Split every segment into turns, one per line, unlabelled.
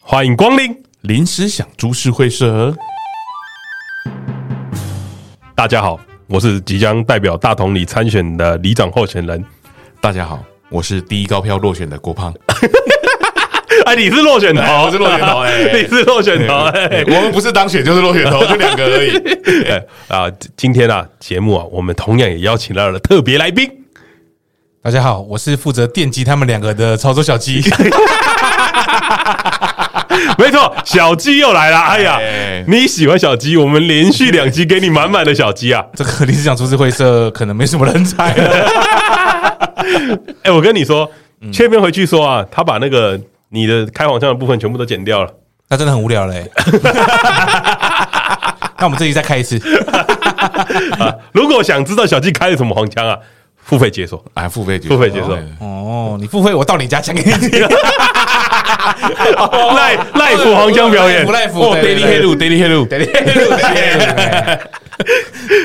欢迎光临临时想株式会社。大家好，我是即将代表大同里参选的里长候选人。
大家好，我是第一高票落选的郭胖。
哎，你是落选 头，
我是落选头哎
你是落选头，哎
我们不是当选就是落选头，就两个而已。
哎啊！今天啊，节目啊，我们同样也邀请到了特别来宾。
大家好，我是负责电击他们两个的潮州小 鸡。
没错，小鸡又来了。哎呀
哎，
你喜欢小鸡，我们连续两集给你满满的小鸡 啊！
这个理事长株式会社可能没什么人才啊了。
哎，我跟你说，切片回去说啊，他把那个你的开黄腔的部分全部都剪掉了。
那真的很无聊 嘞、那我们这集再开一次，
啊如果想知道小鸡开了什么黄腔啊，付费解锁。
哎，付费解
付费解锁
哎
哦，你付费我到你家讲给你听，
哦赖赖服黄腔表演
不赖服
哦，Daily Hello，Daily Hello，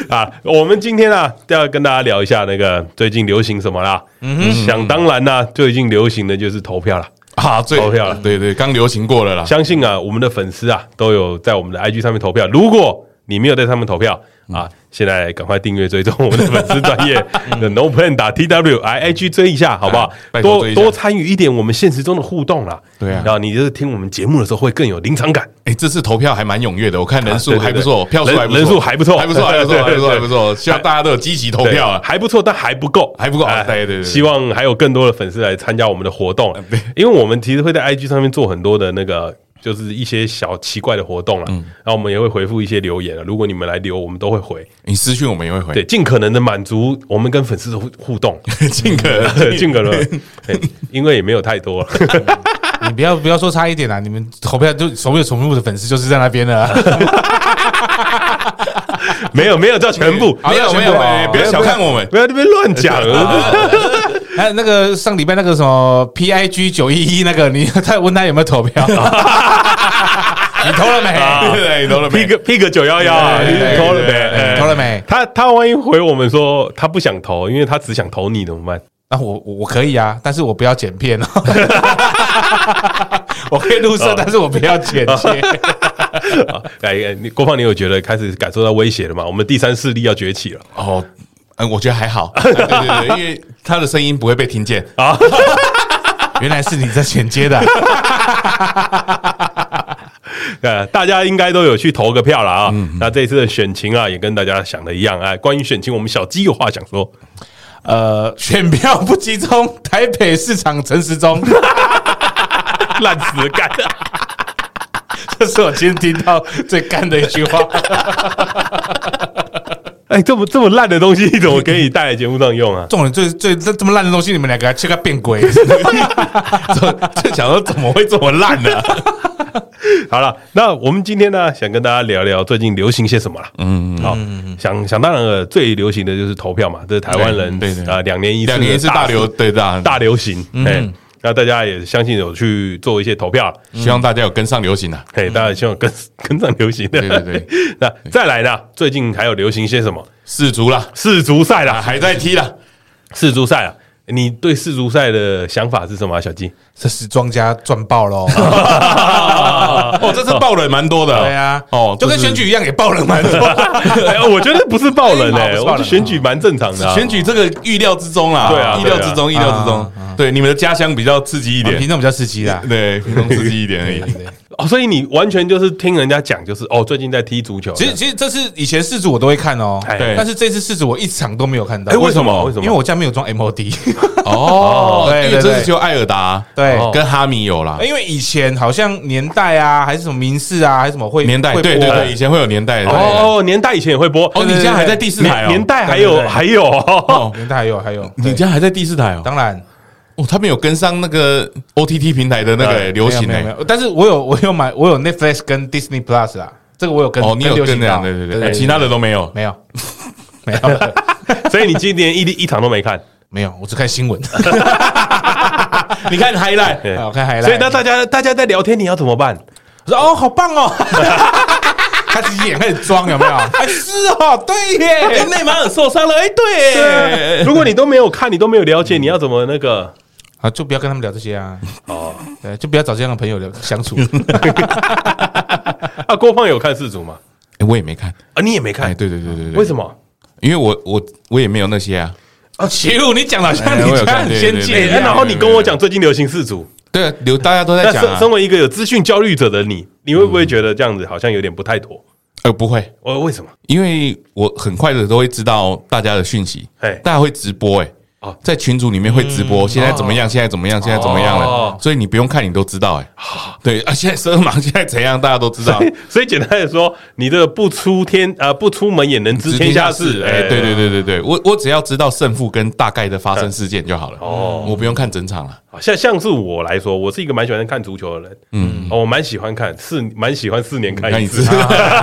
啊！我们今天啊，要跟大家聊一下那个最近流行什么啦。
嗯
想当然啦，最近流行的就是投票啦。
啊，最
投票了
对对，刚流行过了啦。
相信啊，我们的粉丝啊，都有在我们的 IG 上面投票。如果你没有在上面投票
嗯
啊，现在赶快订阅追踪我们的粉丝专业 的 No Plan 打 T W 哎 I IG 追一下，好不好
哎？拜托
多
追一下
多参与一点我们现实中的互动啦。
对啊
然后你就是听我们节目的时候会更有临场感。
哎，这次投票还蛮踊跃的，我看人
啊
数
对对
还不错，
对
票数还不
人
错
人数还不错
还不 错，还不错，还不错，
对对对
还不错。希望大家都有积极投
对
票啊！
还不错，但还不够，
还不够
哎
对对对
希望还有更多的粉丝来参加我们的活动，啊 因为我们其实会在 IG 上面做很多的那个。就是一些小奇怪的活动了，啊
嗯
然后我们也会回复一些留言了。啊如果你们来留，我们都会回，
你私讯我们也会
对，
回，
尽可能的满足我们跟粉丝的互互动，
尽可
对
能。
尽可能， 哎因为也没有太多了。
你不要不要说差一点啊啦，你们投票就所有宠物的粉丝就是在那边的、啊，
没有没有叫全部，
没有没有没哎有，不要小看我们。
不要这边乱 讲。
还有那个上礼拜那个什么 PIG 九一一那个，你 他问他有没有投 票，你投了没？
啊
对，你投了没
Pig Pig 九幺幺啊，
对
你
对
投了没？
对对
哎
投了没？
他他万一回我们说他不想投，因为他只想投你怎么办？
那我我我可以啊，但是我不要剪片哦。 我可以录
哦
色，但是我不要剪 接。
啊哎，哎你郭胖，你有觉得开始感受到威胁了吗？我们第三势力要崛起了
哦，嗯，我觉得还好， 对对对，对因为他的声音不会被听 见。
啊！
原来是你在剪接的啊、
呃，大家应该都有去投个票了啊。那这次的选情啊，也跟大家想的一样哎。关于选情，我们小鸡有话想说，
呃，选票不集中，台北市场陈时中，
烂死了干。
这是我今天听到最干的一句话。
哎，这么这么烂的东西， 你怎么可以带来节目上用啊？
重点最最这这么烂的东西，你们两个还去个 变鬼？
就想说怎么会这么烂
啊
呢、
好了，那我们今天呢，想跟大家聊聊最近流行些什么了。嗯，好，想想当然了，最流行的就是投票嘛，这是台湾人
对对对
啊两年一次的
两年一次大流，
事
对大
大，流行，
嗯
哎。那大家也相信有去做一些投票，
希望大家有跟上流行啊。
嘿，大家希望跟 跟上流行的。
对对
对， 那再来呢？最近还有流行些什么？
四足啦，
世足赛
啊
啦，
还在踢啦，
世足赛啊！你对世足赛的想法是什么啊、小鸡？
这是庄家赚爆喽！
哦，这次爆了也蛮多的、
对啊，
哦
哦，，就啊跟
是
选举一样，也爆了 蛮多。
哎我觉得不是爆冷哎、
不是爆
我
冷
觉得选举蛮正常的、啊。
啊选举这个预料之中啦，
对啊
意料之中，意料之
啊
中。对，你们的家乡比较刺激一
平
点，
常比较刺激啦。
对，平常刺激一点而已。
哦，所以你完全就是听人家讲，就是哦，最近在踢足球。
其实其实这次以前四组我都会看哦，
哎
对
但是这次四组我一场都没有看到。
哎为什么为什
因
么
为我家没有装 MOD。
哦，
对
因为
对对
这次只有艾尔达
对
哦跟哈米有啦
哎，因为以前好像年代啊，还是什么民事啊，还是什么会
年代，
会
对
播
对对，以前会有年代的。对
哦，年代以前也会播。
哦，你
对
家还
对
在第四台
年
哦？
年代还
对
有
对对
还有哦，
哦，
年代还有还有，
你
对
家还在第四台哦？
当然
哦，他们有跟上那个 OTT 平台的那
哎
个流行欸
没有没有没
呢。
有，但是我有我有买我有 Netflix 跟 Disney Plus 啊，这个我有跟
哦，你有
流
跟
行
那
到
样，对对对，其他的都没有。
没有 没有
所以你今年一一场都没看。
没有，我只看新闻，
你看 highlight，
对
好看 highlight
所以那大家大家在聊天，你要怎么办？
我说哦好棒 哦，开始演开始装有没有？ 哎是哦，对耶，
内马尔受伤了，哎，对，
如果你都没有看，你都没有了解，你要怎么那个？
啊，就不要跟他们聊这些啊。哦，对，就不要找这样的朋友聊相 处。
啊，郭胖有看四组吗？
哎我也没看，
啊，你也没
哎，
看，
对对对对对，
为什？么？
因为我我我也没有那些啊，
啊，邪路，你讲的好像
哎
你
我有
家
看
很
对
先
对
进
哎
一
对
样。
然后你跟我讲最近流行四组，
对啊，流大家都在
那
讲
身
啊
身，为一个有资讯焦虑者的你，你会不会觉得这样子好像有点不太妥？
呃，不会，
哦，为什么？
因为我很快的都会知道大家的讯息
嘿，
大家会直播哎、
哦嗯
在群组里面会直播，现在怎么样？现在怎么样？现在怎么样
哦
了？所以你不用看，你都知道哎、对啊，现在色盲，现在怎样？大家都知道。
所以简单的说，你的不出天啊，不出门也能知天下事。
哎，对对
啊，
对对对，我我只要知道胜负跟大概的发生事件就好了。哦，我不用看整场了。
好像像是我来说，我是一个蛮喜欢看足球的人，嗯，哦，我蛮喜欢看四，蛮喜欢四年看
看
一
你
次
知，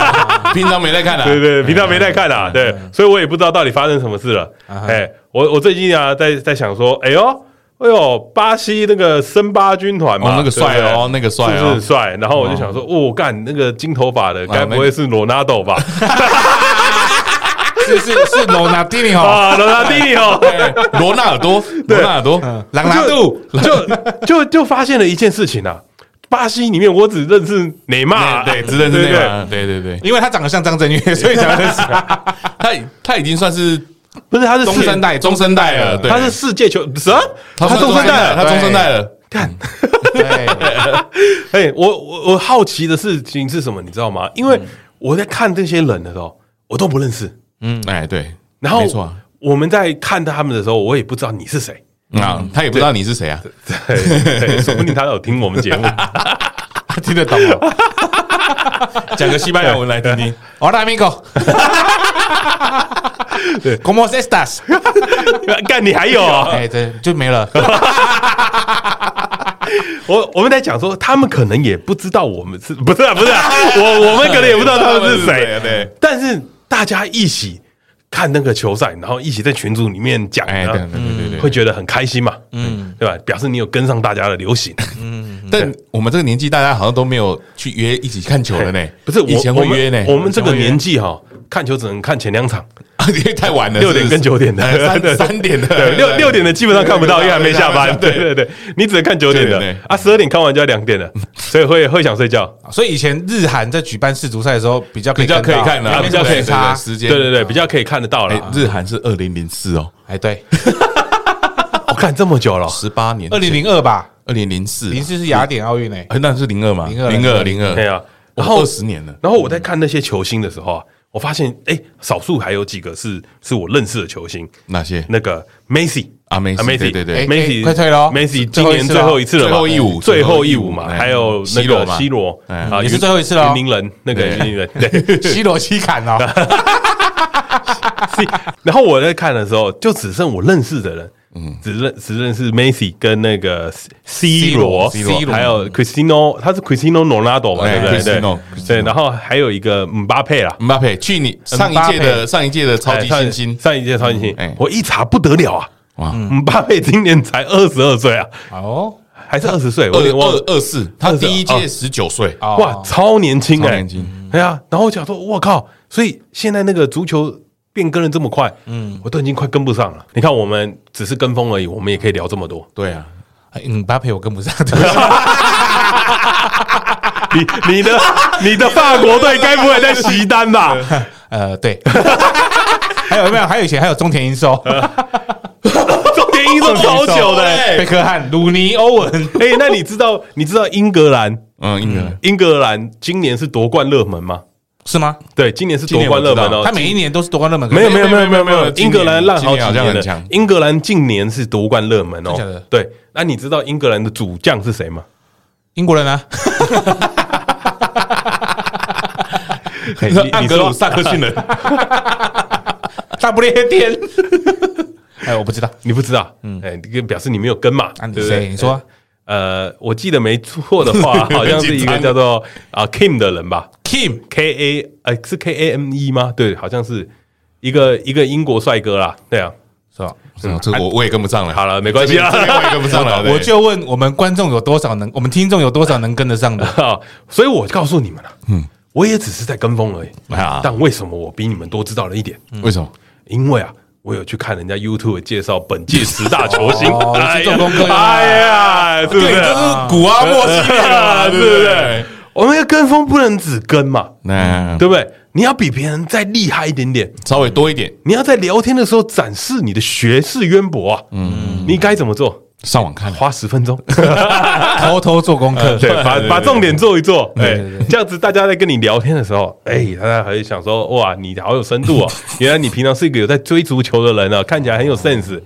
平常没在看的。
哎
啊
对对，对平常没在看啊，对，所以我也不知道到底发生什么事了。
啊
哎，我我最近啊，在在想说，哎呦。哎呦，巴西那个森巴军团嘛，
哦那个帅哦
啊对不对
那个帅哦啊
是不是很帅？然后我就想说，哦，干那个金头发的，该不会是罗纳豆吧？
是是是罗纳蒂尼哦，
啊，罗纳蒂尼 哦，
哎，罗纳尔多，罗纳尔多，
朗拿度，
嗯就就就发现了一件事情啊，巴西里面我只认识内马尔，
对，只认识
啊对
那
不对
个，啊对对对，
因为他长得像张震 岳，所以才认识他。
他他已经算是
不是他是
中
世
生代，中生代了。对，
他是世界球什么？他
算
中生代了。
他中生代了。
对，
哎，我我我好奇的事情是什么，你知道吗？因为我在看这些人的时候，我都不认识。
嗯，哎，对，
然后
没错啊
我们在看他们的时候，我也不知道你是谁。
啊，他也不知道你是谁啊。
对，对说不定他有听我们节目。
他听得懂哦。
讲 个西班牙文来听听。
Hola amigo。对，Como estas？
干，你还有啊？
哎，对，就没 了。
我我们在讲说，他们可能也不知道我们是 不是啊？不是啊，我我们可能也不知道他们是谁
对。对
但是大家一起看那个球赛，然后一起在群组里面讲，嗯
哎，对对对对
会觉得很开心嘛，嗯，对吧？表示你有跟上大家的流行。
对。 但我们这个年纪，大家好像都没有去约一起看球了呢。
不是我
以前会
我们
约呢，
我们这个年纪哈，看球只能看前两场，
啊因为太晚了，
六点跟九点的
哎，
对
三三点的，
对，六六点的基本上看不到，因为还没下班。对
对
对对，你只能看九点
对
的
对
啊，十二点看完就要两点了，所以会会想睡觉。
所以以前日韩在举办世足赛的时候，比较
比较可以看
的
的
啊，
因为
比较可以
没什么时差
看的时
对
间。
对对，比较可以看得到
哎
了。，
日韩是二零零四哦，
哎，对，
我看这么久了，
十八年，
二零零二吧，
二零零四，
零四是雅典奥运诶。
哎，那是零二嘛，
02
零二零二，
对啊然
然
后
后二十年了，
然后我在看那些球星的时候啊，我发现哎，少数还有几个是是我认识的球星，
那些
那个 Messi
啊，Messi，
Messi
对对对
哎
哎
，Messi
快退咯
，Messi
最
今
后一
年
次
最
咯
后一次了嘛，
最后一舞
最后一舞嘛，
哎
还有那
C
个
罗嘛
C 罗
哎
啊，
也是
云
最后一次咯
云林人那个
对
云林人，对
西罗西坎哦，
，C。然后我在看的时候，就只剩我认识的人。只认只认识 Messi 跟那个 C- C 罗
C 罗 C 罗
还有 Cristiano，他是 Cristiano Ronaldo 嘛，
哎
对不对？对
Cristiano，
对，然后还有一个姆巴佩啦，
姆巴佩，去你上一届的上一届的超
哎
级新
上
星，
上一届超新星
哎，
我一查不得了啊！
哇，
姆巴佩今年才二十二岁啊，
哦，
还是二十岁，我
二
有点忘了
二。二四，他
24
第一
哦
届十九岁，
哦
哇，超年轻哎、
超年轻。
对啊。然后我想说，我靠，所以现在那个足球变更的这么快，嗯，我都已经快跟不上了。你看，我们只是跟风而已，我们也可以聊这么多
对啊，
哎姆巴佩我跟不上，对不起
你你的 你的法国队该不会在席丹 吧？
呃，对。 还有没有？还有以前还有中田英寿、
中田英寿超久的、欸。
贝克汉、鲁尼、欧文，
哎、那你知道你知道英格兰
嗯，应该
英格兰今年是夺冠热门吗？
是吗？
对，今年是夺冠热门哦。
他每一年都是夺冠热门，
没有没有没有没有没
没有
有，
今
英
年
格兰烂好
今年
几
好像
年
很
了
强。
英格兰近年是夺冠热门哦
真的假的。
对，那你知道英格兰的主将是谁 吗？
英国人啊，
嘿
你安格鲁萨克逊人，
大不列颠。哎，我不知道
你不知道？嗯，哎，你表示你没有跟嘛？
啊，
对不
谁？
对
你？说
呃，我记得没错的 话，好像是一个叫做啊 Kim 的人吧
Kim
，K A 呃是 K A M E 吗？对，好像是一个一个英国帅哥啦。对啊，
是吧？
嗯这个我我也跟不上了，
好了，没关系啊啦
这。边这边 我也跟不上了，对
我就问我们观众有多少能，我们听众有多少能跟得上 的？
啊，所以我告诉你们了，嗯，我也只是在跟风而已
啊
但为什么我比你们多知道了一点？
为什么？
因为啊，我有去看人家 YouTube 介绍本届十大球星，
哦
哎
去做
呀
功课，
哎呀，是不
对，
是？
这是古阿莫系列嘛，
对
对不
不
对
对？？我们要跟风，不能只跟嘛，
那
对不对？你要比别人再厉害一点点，
稍微多一点，
你要在聊天的时候展示你的学识渊博啊。嗯，你该怎么做？
上网看
花十分钟，
偷偷做功课，
对，把把重点做一做，哎
对对对，
这样子大家在跟你聊天的时候，哎，大家还会想说，哇，你好有深度哦，原来你平常是一个有在追足球的人啊，看起来很有 sense。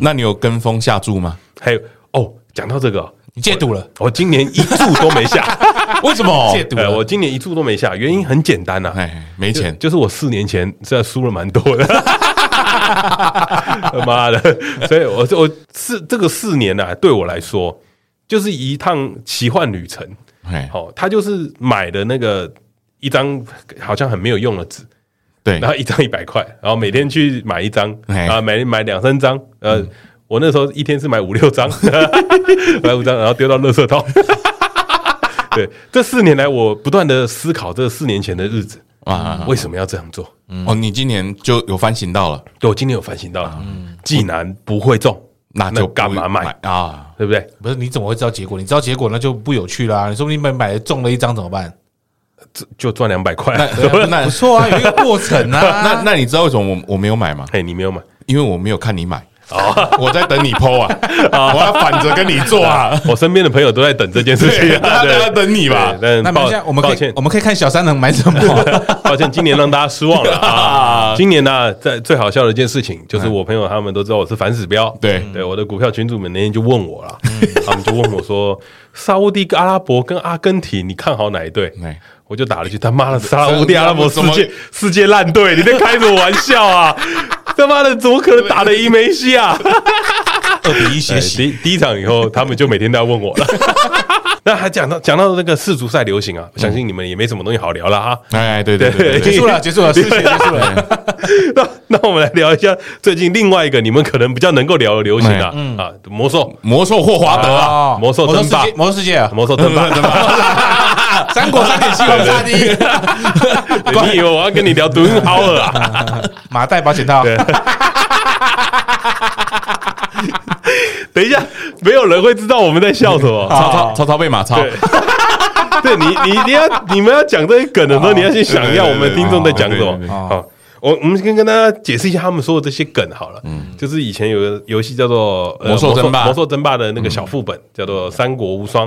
那你有跟风下注吗？
还有哦，讲到这个，
你戒赌了？
我今年一注都没下，
为什么？
戒赌
哎，
了？
我今年一注都没下，原因很简单呐、啊
哎，没钱，
就是我四年前虽然输了蛮多的， 他妈的！所以我我四这个四年啊，对我来说就是一趟奇幻旅程。
哎，
哦，他就是买的那个一张好像很没有用的纸，
对
然，后一张一百块，然后每天去买一张
哎
啊，每买两三张，呃。
嗯
我那时候一天是买五六张， 买五张，然后丢到垃圾桶。 对，这四年来我不断的思考这四年前的日子，
啊，
为什么要这样做？
哦，你今年就有反省到了，
对我今天有反省到了，既然不会中，
啊嗯那就不
干嘛买？
啊？
对不对？
不是，你怎么会知道结果？你知道结果那就不有趣啦。你说不定买买中了一张怎么办？
这就赚两百块。
那那那
不错啊，有一个过程啊。
那那你知道为什么我我没有买吗？
嘿，你没有买，
因为我没有看你买。 我在等你剖啊！我要反着跟你做 啊！
我身边的朋友都在等这件事情
对，
啊，
大
对
家等你吧。
对
那
但
没
抱
关系啊，我们可
抱
以
歉
我，们可以看小三能买 什么。
抱歉，今年让大家失 望了啊！今年呢，在最好笑的一件事情
嗯
就是，我朋友他们都知道我是反指标，
对
对，我的股票群主们那天就问我了，
嗯
他们就问我说，沙乌地阿拉伯跟阿根廷，你看好哪一队？
哎
我就打了一句他 妈的沙乌地阿拉伯世
怎么
界世界烂队，你在开什么玩笑 啊？他妈的，怎么可能打得赢梅西 啊？
二比一
哎
血洗，
第第一场以后，他们就每天都要问我了。 那还讲到讲到那个世足赛流行啊，相信你们也没什么东西好聊了 啊。
哎，对对对
结
对
束了，结束 了，事情结束了。
对，
那那我们来聊一下最近另外一个你们可能比较能够聊的流行啊啊，魔兽
魔兽霍华德啊，
哦
魔兽
魔兽
争
世
霸
界，魔兽世界 啊，
魔兽争 霸，
三国三点七，我们差第一。
你以为我要跟你聊敦豪尔 啊？
马代保险套，
对等一下，没有人会知道我们在笑什 么。啊
曹操曹操被马超，
对， 对你你你要你们要讲这些梗的时候，你要先想一下我们听众在讲什
啊对对对
么。
对
好，我我们先跟大家解释一下他们说的这些梗好了。就是以前有个游戏叫做呃
嗯魔兽争霸嗯
魔兽争霸的那个小副本叫做《三国无双》，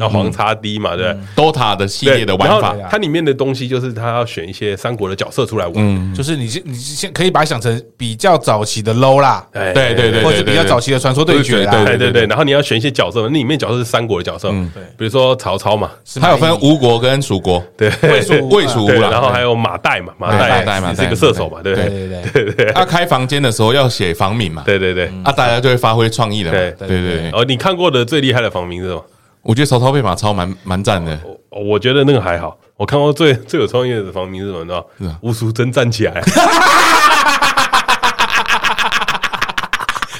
然后黄叉 D 嘛，对不对。
DOTA 的系
对
嗯列的玩
然
法
后，它里面的东西就是它要选一些三国的角色出来玩。
嗯
就是你先你先可以把它想成比较早期的 low 啦，
哎
对对对
或者是比较早期的传说对决啦，
对
对嗯
对
对
对，然后你要选一些角色，那里面角色是三国的角色，比如说曹操嘛，
它有分吴国跟蜀国，
对，
魏蜀
魏蜀吴
对，
啦，
然后还有马岱嘛，马岱
对哎马岱
也
马
是一
岱
个射手嘛，对不
对
对？
对对对，
他开房间的时候要写房名嘛，
对对对。
啊，大家就会发挥创意了嘛，
对
对
对
对
对
对，
哦，你看过的最厉害的房名是什么？
我觉得曹操被马超蛮蛮赞的，
我我觉得那个还好，我看过最最有创意的房名是什么？你知道
是
吗
啊？
吴淑珍站起来，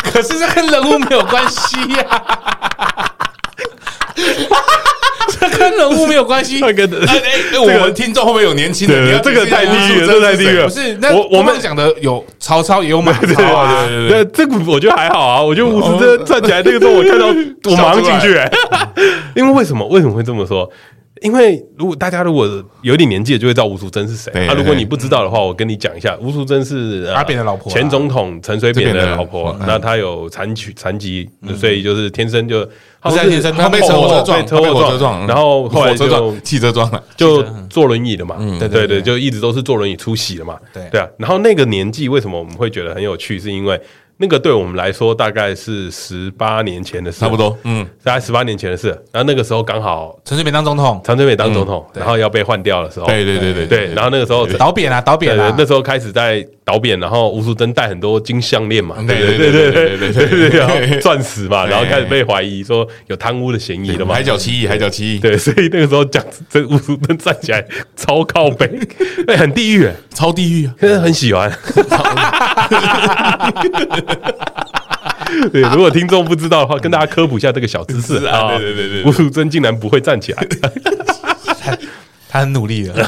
可是这跟人物没有关系呀。这跟人物没有关系，
那个对
哎哎，我们听众会不会有年轻的？你要
对，这个太低了，这个太低了。
不是？那
我我
我
们
们讲的有曹操，也有马
对
超啊，
对哦
对，这个我觉得还好啊。我觉得吴思真站起来那个时候，我 看到我马上进去、欸， 因为为什么为什么会这么说？因为如果大家如果有点年纪，就会知道吴淑珍是谁
对
啊。
对嗯
如果你不知道的话，我跟你讲一下，吴淑珍是呃
阿扁的老婆啊
前总统陈水扁
这边
的
的嗯
老婆。啊那她有残疾残疾，所以就是天生就好
是
像
啊天生
他被
车
火
祸
车撞，
被车
他被火
祸
车撞，
然后后来
火
就
车撞汽车撞了，
就坐轮椅的嘛，对对
对
对，
对
就一直都是坐轮椅出席的嘛，
对
对啊。然后那个年纪为什么我们会觉得很有趣，是因为那个对我们来说大概是十八年前的事，
差不，多，嗯，
大概十八年前的事。然后那个时候刚好
陈水扁当总统，
常春美当总统，然后要被换掉的时候，
对对对对
对，然后那个时候。
倒扁啊，倒扁
对
啊，
那时候开始在导扁，然后吴淑珍戴很多金项链嘛，
对
对
对
对对
对对
对对
对对
对
对
对，然后钻石嘛，然后开始被怀疑说有贪污的嫌疑了嘛，
海角七亿，海角七亿，
对，所以那个时候讲这吴淑珍站起来超靠北，哎、很地狱、欸，
超地狱啊！
可是很喜欢。对，如果听众不知道的话，跟大家科普一下这个小知识啊
是啊对对对对对
吴淑珍竟然不会站起来，
他很努力了。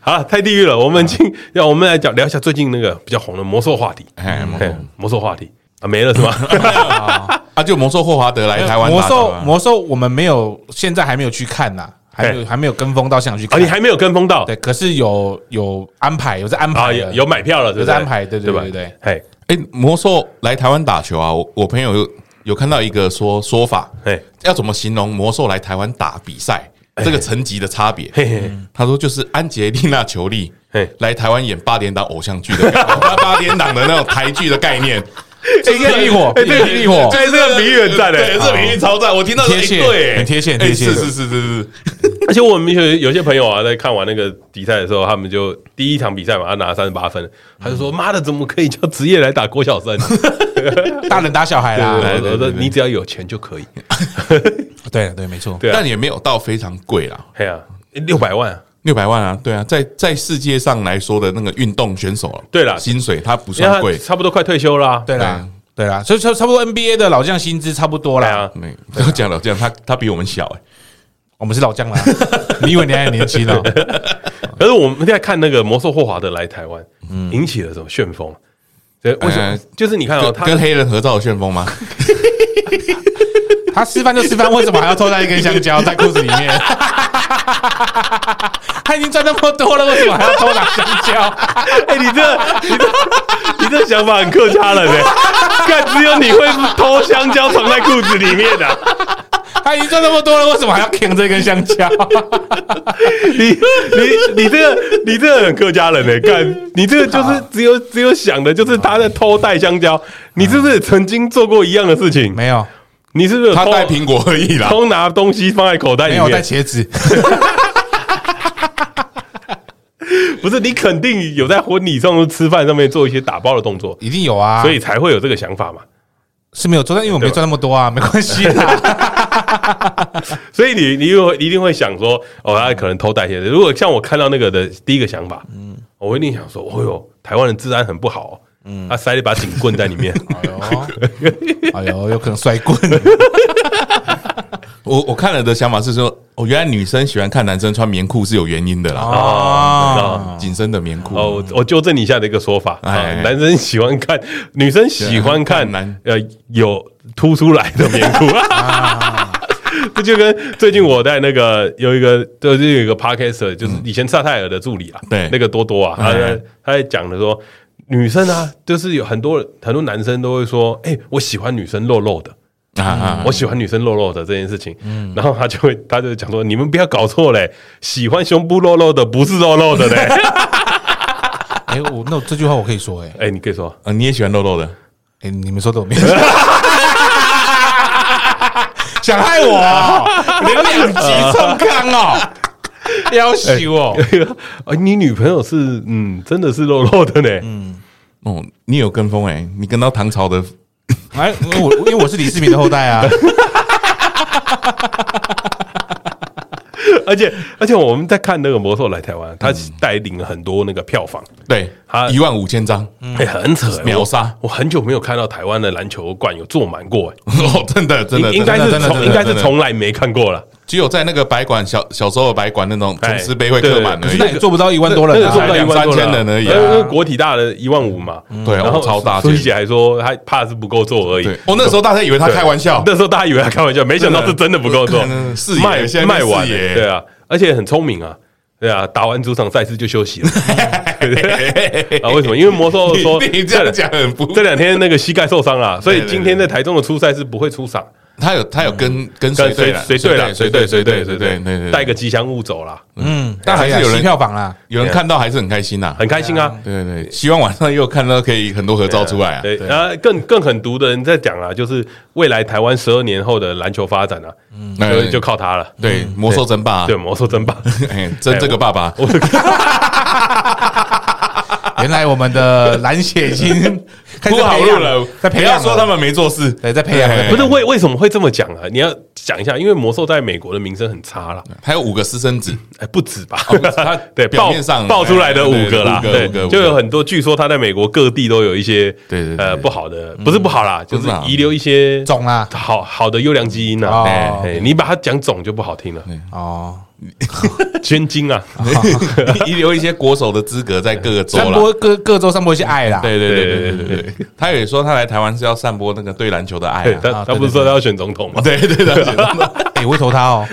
好了，太地狱了。我们进，让我们来讲聊一下最近那个比较红的魔兽话题。
哎，
嗯
魔
嘿魔兽话题啊，没了是吗？
啊，就魔兽霍华德来台湾打
魔
的
兽
嘛，
魔兽我们没有，现在还没有去看呐，还没有
嘿
还没有跟风到现场去
啊，
看
你。还没有跟风到
对，可是有有安排，有在安
啊？
排
有
的，
有买票了，对不
有在
对？
安排对对
吧
对对。
嘿，
哎，魔兽来台湾打球啊，我我朋友有有看到一个说说法，
嘿，
要怎么形容魔兽来台湾打比赛这个层级的差别？
嘿嘿嘿，
他说就是安杰丽娜·裘丽
嘿
来台湾演八点档偶像剧的概念 八点档的那种台剧的 概念。
这个霹雳火，
哎
霹
这个
雳火，
哎这个比喻很赞哎
对，这个比喻超赞，我听到说
很贴切
哎对，
很贴切很
哎
贴切
是是是是是，
而且我们有有些朋友啊，在看完那个比赛的时候，他们就第一场比赛嘛，他拿三十八分，他就说：“妈的，怎么可以叫职业来打郭晓生？”
大人打小孩
我
啦。
对
说我说：“你只要有钱就可以。
对对，没错。
对啊
但也没有到非常贵啦，”
嘿啊，六百万啊！
六百万啊，对啊，在在世界上来说的那个运动选手，啊
对啦
薪水它不
因为
算
他
贵，
差不多快退休啦。
对啦，对啦，所以差差不多 NBA 的老将薪资差不多
啊对
啦
啊。，
没要讲了，这样他他比我们小哎，
我们是老将啦， 你以为你还很年轻 哦？
可是我们在看那个魔兽霍华德来台湾，引起了什么旋风？所以为什么
哎？
就是你看哦，
跟
他
跟黑人合照的旋 风吗？
他吃饭就吃饭，为什么还要偷带一根香蕉在裤子里面？ 他已经赚那么多了，为什么还要偷拿香蕉？
哎，你这你这你这想法很客家人呢。看，只有你会偷香蕉藏在裤子里面啊的、
他已经赚那么多了，为什么还要啃这根香蕉？
你你你这个你这个很客家人呢、欸，干你这个就是只有只有想的就是他在偷带香蕉，你是不是曾经做过一样的事情？
没有，
你是不是有
他
偷
带苹果而已啦，
偷拿东西放在口袋
没
里
有带
面？
茄子，
不是，你肯定有在婚礼上、吃饭上面做一些打包的动作，
一定有啊。
所以才会有这个想法嘛。
是没有做，但因为我没赚那么多啊，没关系啦。
所以你你又一定会想说，哦，他可能偷带些。如果像我看到那个的第一个想法，嗯，我会一定想说，哦哟，台湾的治安很不好、哦，嗯，他塞了一把警棍在里 面，
哎呦，有可能摔棍，
我我看了的想法是说，哦，原来女生喜欢看男生穿棉裤是有原因的啦，啊
哦，
紧身的棉裤。
哦，我我纠正你一下的一个说法，
哎
啊男生喜欢看，女生喜欢看
看男
呃有凸出来的棉 裤。
啊
这就跟最近我在那个有一个就是有一个 podcaster，就是以前萨泰尔的助理啊，
对
那个多多啊，他在
哎
他在讲的说，女生啊，就是有很多很多男生都会说，哎，我喜欢女生肉肉的。
啊啊，
我喜欢女生肉肉的这件事情，
嗯
然后他就会他就讲说，你们不要搞错嘞，喜欢胸部肉肉的不是肉肉的 嘞。
哎，我那我这句话我可以说，哎，
哎，你可以说，
呃，你也喜欢肉肉的？
哎，你们说的我没 有。想害我哦，连两级冲康哦，要死哦！
啊，你女朋友是嗯，真的是肉肉的呢。
哦，你有跟风哎、你跟到唐朝的
哎，因为我因为我是李世民的后代 啊，
而且而且我们在看那个魔兽来台湾，他带领了很多那个票房，
对
他，
一万五千张，
哎、很扯、欸，
嗯秒杀
我！我很久没有看到台湾的篮球馆有坐满过、欸，
哦，真的真的，
应应该
真
是
的真的真
从
的
应该
真
是
的
从来没看过了。
只有在那个白馆小小时候的白馆那种
哎
琼斯杯会客满而
对
已
那。也做不到一万多人
那个做不
啊。
到一万多
两三千人而已啊
因为因为国体大的一万五嘛，
对
然后
哦超大
苏怡姐还说她怕是不够做而已
对，。哦，那时候大家以为他
对
开玩笑，
那时候大家以为他开玩笑，没想到是真的不够做
可能，视野
卖
现在
卖
变
完
视野
了，对啊，而且很聪明啊，对啊，打完主场赛事就休 息了。啊，为什么？因为魔兽
你
说
你这样讲很不
这两天那个膝盖受伤啊，所以
对对
今天在台中的初赛是不会出场，
他有他有跟跟随队啦
嗯随队了，
随队随队随队对对，
带个吉祥物走啦，
嗯，
但还是有人
洗票房啦，
有人看到还是很开心呐。
很开心啊。
对对对，希望晚上又看到可以很多合照出来啊。
对，然后更更狠毒的人在讲啊，就是未来台湾十二年后的篮球发展啊，
那
就就靠他了。
嗯哎对魔兽争霸啊
嗯对，，魔兽争霸，
哎，争这个爸爸，
我
原来我们的蓝血已 经开始
铺好
培
路
养
了，
在
不
培
要
养
说
了
他们没做事，
对在培养
对
不是为为什么会这么讲啊？你要讲一下，因为魔兽在美国的名声很差啦，
还有五个私生子，
哎，不止吧
哦不止它？
对，
表
爆
面上
爆出来的
哎
五
对
个啦，
五个
对
五个五，个
就有很多，据说他在美国各地都有一些，
对对对
呃，
对嗯
不好的，不是不好啦，就是
不是啊
遗留一些
种啦
好好的优良基因
哦
啊。哎，哎你把它讲种就不好听了。
哦，
捐 精啊，
遗留一些国手的资格在各个州
散
啦。
播各各州散播一些爱啦。
对对对
对
对对对对，他也说他来台湾是要散播那个对篮球的爱
对
啊。
他他不是说他要选总统吗？
对对对，
哎，我会投他 哦，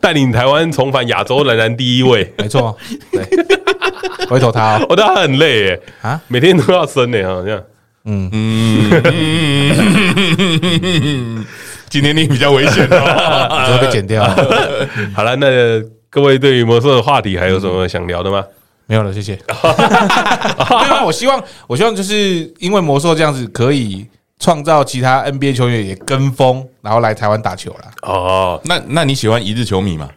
带领台湾重返亚洲，仍然第一位。
没错，对，我会投他哦。
我觉得他很累耶，
啊
每天都要生呢，好像。
今天你比较危险哦。
只会被剪掉，啊
好了，那各位对于魔兽的话题还有什么想聊的吗？
没有了，谢谢。 没有啊，我希望，我希望就是因为魔兽这样子，可以创造其他 NBA 球员也跟风，然后来台湾打球啦。
哦，
那那你喜欢一日球迷吗？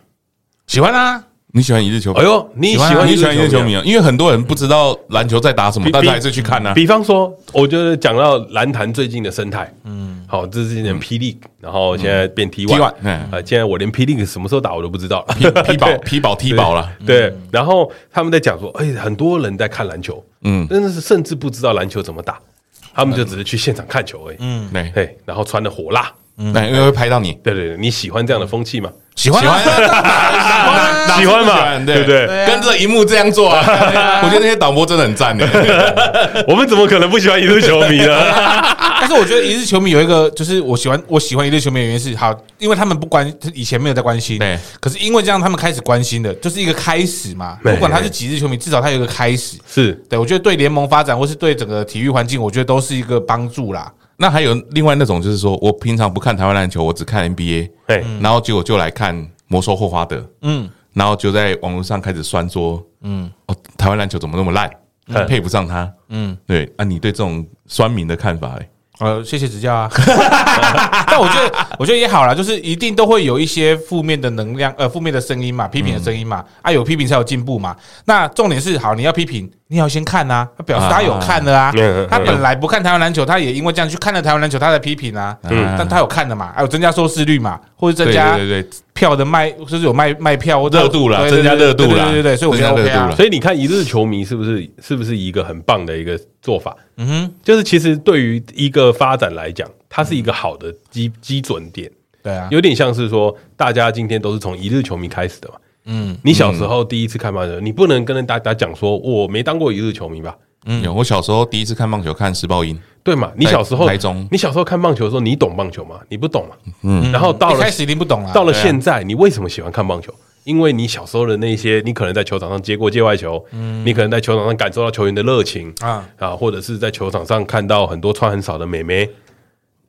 喜欢啊，
你喜欢一日球迷
哎？呦，你喜欢
你喜欢一日球迷？啊？因为很多人不知道篮球在打什么，
比
但他还是去看啊。
比方说，我觉得讲到篮坛最近的生态，嗯，好，这是一点 P League，然后现在变 T
T1
One，
嗯
呃，现在我连 P League 什么时候打我都不知道
皮皮宝皮宝踢宝了，
对，然后他们在讲说，哎、很多人在看篮球，嗯，真的是甚至不知道篮球怎么打，他们就只是去现场看球而已，嗯，
对，
对，然后穿的火辣，
那因为会拍到你。
对对对，你喜欢这样的风气 吗？
喜欢啊，
喜欢
啊
哪
喜欢嘛
哪是不
对不对
对啊
跟着荧幕这样做 啊！我觉得那些导播真的很赞欸的。
我们怎么可能不喜欢一日球迷呢？
但是我觉得一日球迷有一个，就是我喜欢我喜欢一日球迷的原因是，好，因为他们不关以前没有在关心，
对。
可是因为这样，他们开始关心的，就是一个开始嘛。
对
不管他是几日球迷，至少他有一个开始。
是
对我觉得对联盟发展，或是对整个体育环境，我觉得都是一个帮助啦。
那还有另外那种，就是说我平常不看台湾篮球，我只看 NBA，
哎，
然后结果就来看魔兽霍华德，嗯，然后就在网络上开始酸说，嗯，哦，台湾篮球怎么那么烂，
嗯
配不上他，嗯，对啊，你对这种酸民的看法嘞？欸
呃，谢谢指教啊。 但我觉得，我觉得也好啦，就是一定都会有一些负面的能量，呃，负面的声音嘛，批
嗯
评的声音嘛，啊，有批评才有进步嘛。那重点是，好，你要批评，你要先看啊，表示他有看的啊
啊嗯嗯嗯。
他本来不看台湾篮球，他也因为这样去看了台湾篮球，他在批评啊。
嗯
但他有看的嘛，啊还有增加收视率嘛，或者增
对
加
对对对，
票的卖，就是有卖卖票或者
热度啦
对对对
增加热度啦
对对对对，所以我觉得
增
OK
加热度
啊
啦。
所以你看一日球迷是不是是不是一个很棒的一个做法？嗯哼，就是其实对于一个发展来讲，它是一个好的基基准点。
对啊，
有点像是说，大家今天都是从一日球迷开始的嘛。嗯，你小时候第一次看棒球，你不能跟大家讲说我没当过一日球迷吧？
嗯，有我小时候第一次看棒球看施报英，
对嘛？你小时候
台中，
你小时候看棒球的时候，你懂棒球吗？你不懂嘛？嗯，然后到
一
了
开始一定不
啊
懂啦，啊
到了现在，你为什么喜欢看棒球？因为你小时候的那些，你可能在球场上接过界外球，
嗯
你可能在球场上感受到球员的热情
啊
啊啊，或者是在球场上看到很多穿很少的美眉，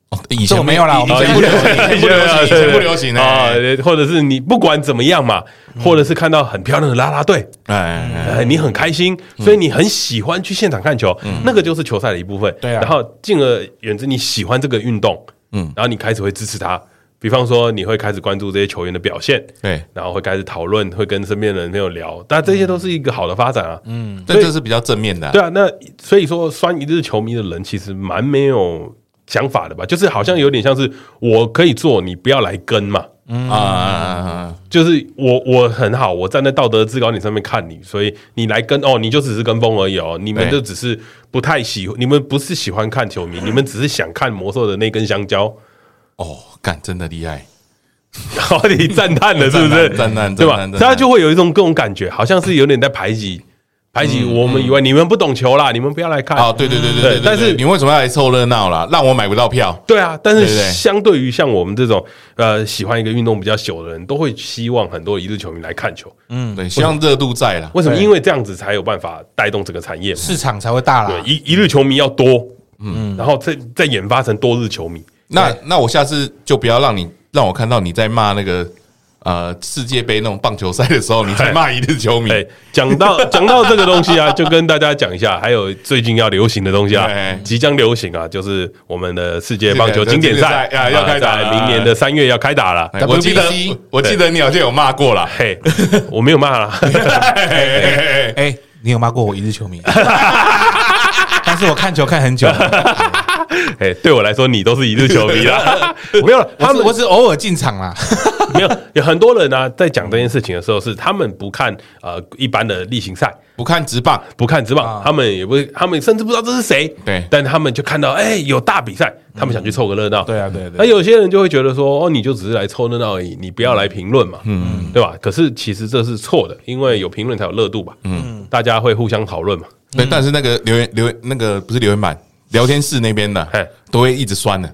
哦以
这我
前
没有啦
以
我们
前不流行， 以前不流行，以前不流行
啊
哎，嗯
或者是你不管怎么样嘛，或者是看到很漂亮的啦啦队，
哎哎，
哎，你很开心，所以你很喜欢去现场看球，那个就是球赛的一部分。
对啊
然后进而远之，你喜欢这个运动，嗯，然后你开始会支持他。比方说，你会开始关注这些球员的表现，
对
然后会开始讨论，会跟身边的人朋友聊，但这些都是一个好的发展啊。嗯，
这这是比较正面的啊，
对啊，那所以说，酸一日球迷的人其实蛮没有想法的吧，就是好像有点像是我可以做，你不要来跟嘛。
啊啊啊啊啊，
就是我我很好，我站在道德制高点上面看你，所以你来跟哦，你就只是跟风而已哦，你们就
对
只是不太喜，你们不是喜欢看球迷，你们只是想看魔兽的那根香蕉。
哦，干真的厉害，
然后你赞叹了，是不是？
赞叹赞叹
对吧？
赞叹
所以他就会有一种各种感觉，好像是有点在排挤排挤我们以外，你们不懂球啦，你们不要来看。
哦，对对对对
哎对
对，
但
但
是
是你为什么要来凑热闹啦？让我买不到票，
对啊，但是
对对
相对于像我们这种呃喜欢一个运动比较久的人，都会希望很多一日球迷来看球。
嗯，对，希望热度在啦。
为什么？
对
因为这样子才有办法带动整个产业嘛。
市场才会大
对
啦，。
一一日球迷要多，嗯，然后再再研发成多日球迷。
那那我下次就不要让你让我看到你在骂那个呃世界杯那种棒球赛的时候，你在骂一日球迷。
哎，讲 到讲到这个东西啊，就跟大家讲一下，还有最近要流行的东西啊
对，
即将流行啊，就是我们的世界棒球
世界
经典赛
经典赛啊要开打了
在明年的三月要开打了。
哎我记得
WBC
我记得你好像有骂过啦。
嘿，我没有骂 啦，
嘿嘿嘿嘿
哎、你有骂过我一日球迷？但是我看球看很久，
哎，对我来说，你都是一日球迷 啦。没有了，
他
他
们
们
我只偶尔进场啦，
没有有很多人呢、在讲这件事情的时候，是他们不看呃一般的例行赛，
不看直棒，
不看职棒，他们也不，他们甚至不知道这是谁。
对
但他们就看到哎有大比赛，他们想去凑个热闹。
嗯对啊对啊对啊
那有些人就会觉得说，哦，你就只是来凑热闹而已，你不要来评论嘛，嗯，对吧？可是其实这是错的，因为有评论才有热度吧，嗯，大家会互相讨论嘛。
对，但是那个留言留言那个不是留言板，聊天室那边
嘿
的都会一直酸的。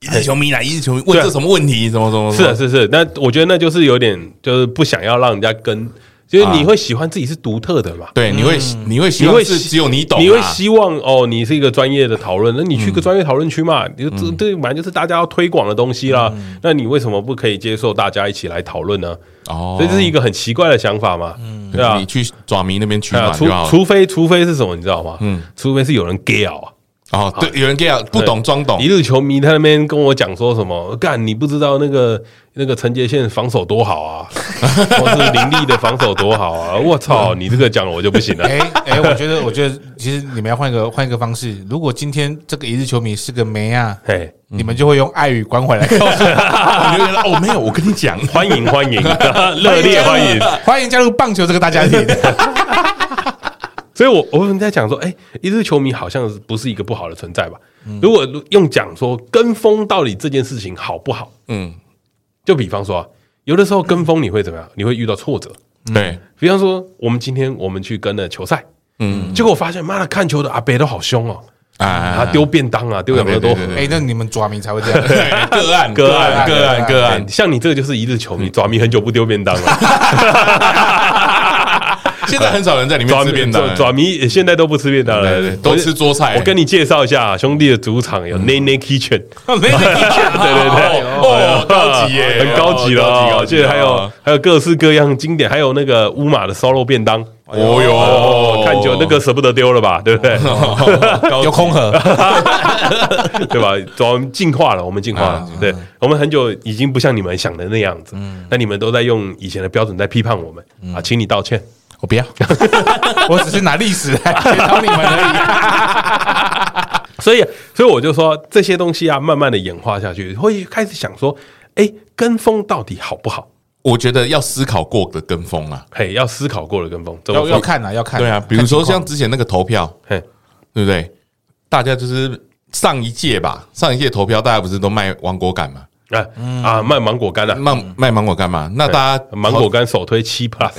一直球迷啦，一直球迷问
对啊
这什么问题？什么什么？
嗯
是啊，是是，那我觉得那就是有点就是不想要让人家跟，就是
啊
你会喜欢自己是独特的嘛，
对，你会你会希
嗯你
望
会
是
希
只有你懂啊，
你会希望哦，你是一个专业的讨论，那你去个专业讨论区嘛，
嗯
你就这这本来就是大家要推广的东西啦。那你为什么不可以接受大家一起来讨论呢？
哦
所以这是一个很奇怪的想法嘛，对
对
啊
你，去爪迷那边取
对啊，
暖
除
就好了。
除非除非是什么，你知道吗？嗯，除非是有人 gay 啊。
哦，对，有人 gay 啊，不懂装懂
一，日球迷他那边跟我讲说什么？干，你不知道那个那个陈杰宪防守多好 啊，或是林立的防守多好啊！我操，你这个讲了我就不行 了。
哎哎，我觉得我觉得其实你们要换一个换一个方式，如果今天这个一日球迷是个梅啊，
嘿，
嗯
你们就会用爱与关怀来告 诉他
你就觉得哦，没有，我跟你讲，
欢迎欢迎， 热烈欢迎。
欢迎加入棒球这个大家庭。
所以我，我们在讲说，哎、一日球迷好像不是一个不好的存在吧？如果用讲说跟风到底这件事情好不好，
嗯，
就比方说、啊，有的时候跟风你会怎么样？你会遇到挫折。
对，
比方说，我们今天我们去跟了球赛，嗯，结果发现妈的看球的阿伯都好凶哦，他
啊，
丢便当啊，丢两个多
对对对
哎，那你们抓迷才会这样。
对个 案
个案嗯
个案个
哎
案，
像你这个就是一日球迷，抓迷很久不丢便当了，
现在很少人在里面
抓
吃便当
抓，抓迷现在都不吃便当
对对
了
对，都吃桌菜欸嗯
我跟你介绍一下啊，兄弟的主场有 Nene Kitchen。哎
对
对对对，
哦高级耶
很高级了
哦
哦。
高级高级
记得还有
哦
还有各式各样经典，还有那个乌马的烧肉便当。
哦哟
哦，看就那个舍不得丢了吧，对不对？
哦
有空盒，
对吧？我们进化了，我们进化了
啊，
对我们很久已经不像你们想的那样子。
嗯
那你们都在用以前的标准在批判我们啊，请你道歉。
我不要，
我只是拿历史来检讨你们 而
所以，所以我就说这些东西啊，慢慢的演化下去，会开始想说，哎，跟风到底好不好？
我觉得要思考过的跟风啊，
嘿，要思考过了跟风，
已。
怎么
要要
说？
看啊，要看。
对啊，比如
看情
说
况
像之前那个投票，
嘿，
对不对？大家就是上一届吧，上一届投票大家不是都卖芒果干嘛，
啊
嗯
啊，卖芒果干啊，啊
卖卖芒果干嘛？那大家
芒果干首推七 plus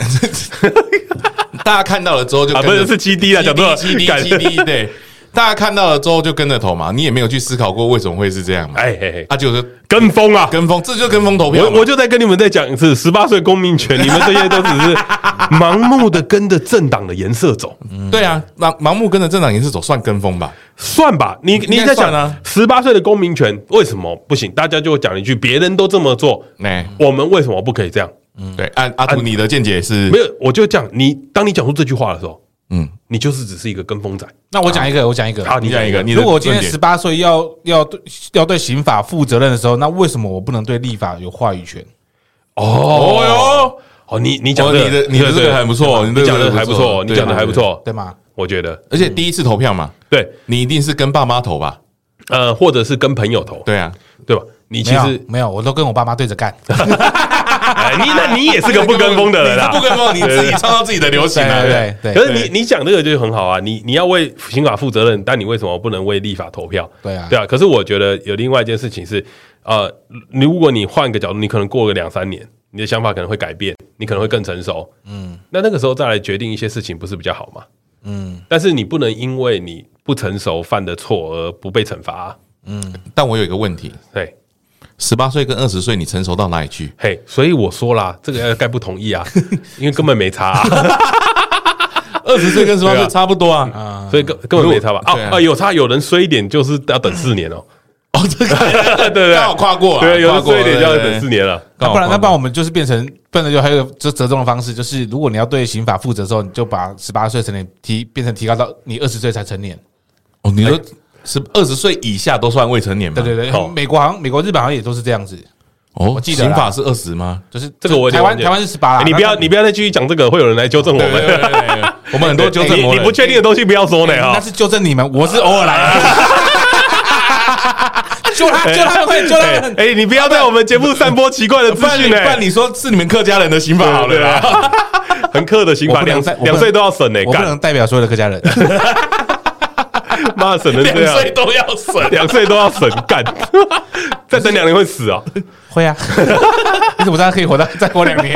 大家看到了之后就
啊，
跟
不
着
是是七 D 啊，讲错了，
基地
干
基地对，大家看到了之后就跟着投嘛，你也没有去思考过为什么会是这样嘛，
哎嘿嘿，
啊，就是
跟风啊！
跟风，这就是跟风投票嘛，
我我就再跟你们再讲一次，十八岁公民权，你们这些都只 是盲目的跟着政党的颜色走，
对啊，盲盲目跟着政党也是走，算跟风吧，
算吧？你
应
你
该
在
算
讲
啊
十八岁的公民权为什么不行？大家就会讲一句，别人都这么做，
哎、
我们为什么不可以这样？
对，按阿图你的见解是
啊没有，我就讲你，当你讲出这句话的时候，
嗯，
你就是只是一个跟风仔
那我讲一个，我讲一个。
啊！
你讲一个，你的
如果我今天
论
十
点
八岁要要对要对刑法负责任的时候，那为什么我不能对立法有话语权？
哦哟，哦，你你讲
哦
的
你的你的这个还不错
你
你的
讲
这
的
个
还不
不错
错，你
对
讲的
对
还不
对
错，
对吗？
我觉得
而且第一次投票嘛，
对，
你一定是跟爸妈投吧？
呃，或者是跟朋友投，
对 啊，
对吧？你其
没有
实，
没有，我都跟我爸妈对着干。
哎你那你也是个不跟风的人啊啦
你是。不跟风，啊你自己创造自己的流行啊，
对对
可
对
是你你讲这个就很好啊，你你要为刑法负责任，但你为什么不能为立法投票？
对啊
对啊。可是我觉得有另外一件事情是，呃，如果你换个角度，你可能过个两三年，你的想法可能会改变，你可能会更成熟。嗯，那那个时候再来决定一些事情，不是比较好吗？嗯，但是你不能因为你不成熟犯的错而不被惩罚、啊。
但我有一个问题：
对，
十八岁跟二十岁，你成熟到哪里去？
嘿，所以我说啦，这个该不同 意啊，因为根本没差、啊。
二十岁跟十八
对
岁
啊
差不多
嗯
啊。
所以根根本没差吧？啊
对啊
啊，有差，有人衰一点就是要等四年哦，
哦，这个
对对
刚好跨过啊
对，有
跨
人
过
衰一点就要啊
对对
等四年了。
那不然，
刚好
那不然我们就是变成，变成就还有一个折折中的方式，就是如果你要对刑法负责的时候，你就把十八岁成年提变成提高到你二十岁才成年。
哦，你说是二十岁以下都算未成年吗？
对对对，
好
美国好像美国、日本好像也都是这样子，
哦，
我记得啦
刑法是二十吗？
就是
这个我有点
台湾
忘记
台湾是十八
哎，你不要，你不要再继续讲这个，会有人来纠正我
对
们。
对对对哎对我们哎很多纠正
你
魔
你
人
不确定的东西不要说呢哦
那
哈。
啊
是纠正你们，我是偶尔来的。
哎
救他，救他们，救他
哎
们！
哎，你不要在我们节目散播奇怪的
不
资
然
讯
你不
呢，
然你说是你们客家人的刑法好了
对
啦。
啊， 很克的刑
我
法，
不能
两
再我不能
两岁都要
哎
审呢，
我不能
干
代表所有的客家人，
妈审成这
两岁
样，
都要 审，
两岁都要审， 干，再等两年会死啊！
会啊？你怎么知道可以活到再活两年？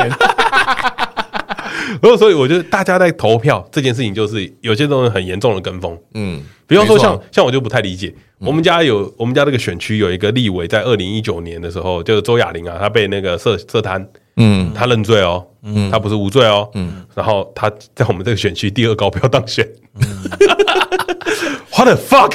然 后所以我觉得大家在投票这件事情，就是有些东西很严重的跟风，
嗯，
比方说像
没错嗯
像我就不太理解，我们家有我们家那个选区有一个立委，在二零一九年的时候，就是周雅玲啊，她被那个涉涉贪，
嗯，
她认罪哦，嗯，她不是无罪哦，嗯，然后她在我们这个选区第二高票当选，
嗯
我的 fuck，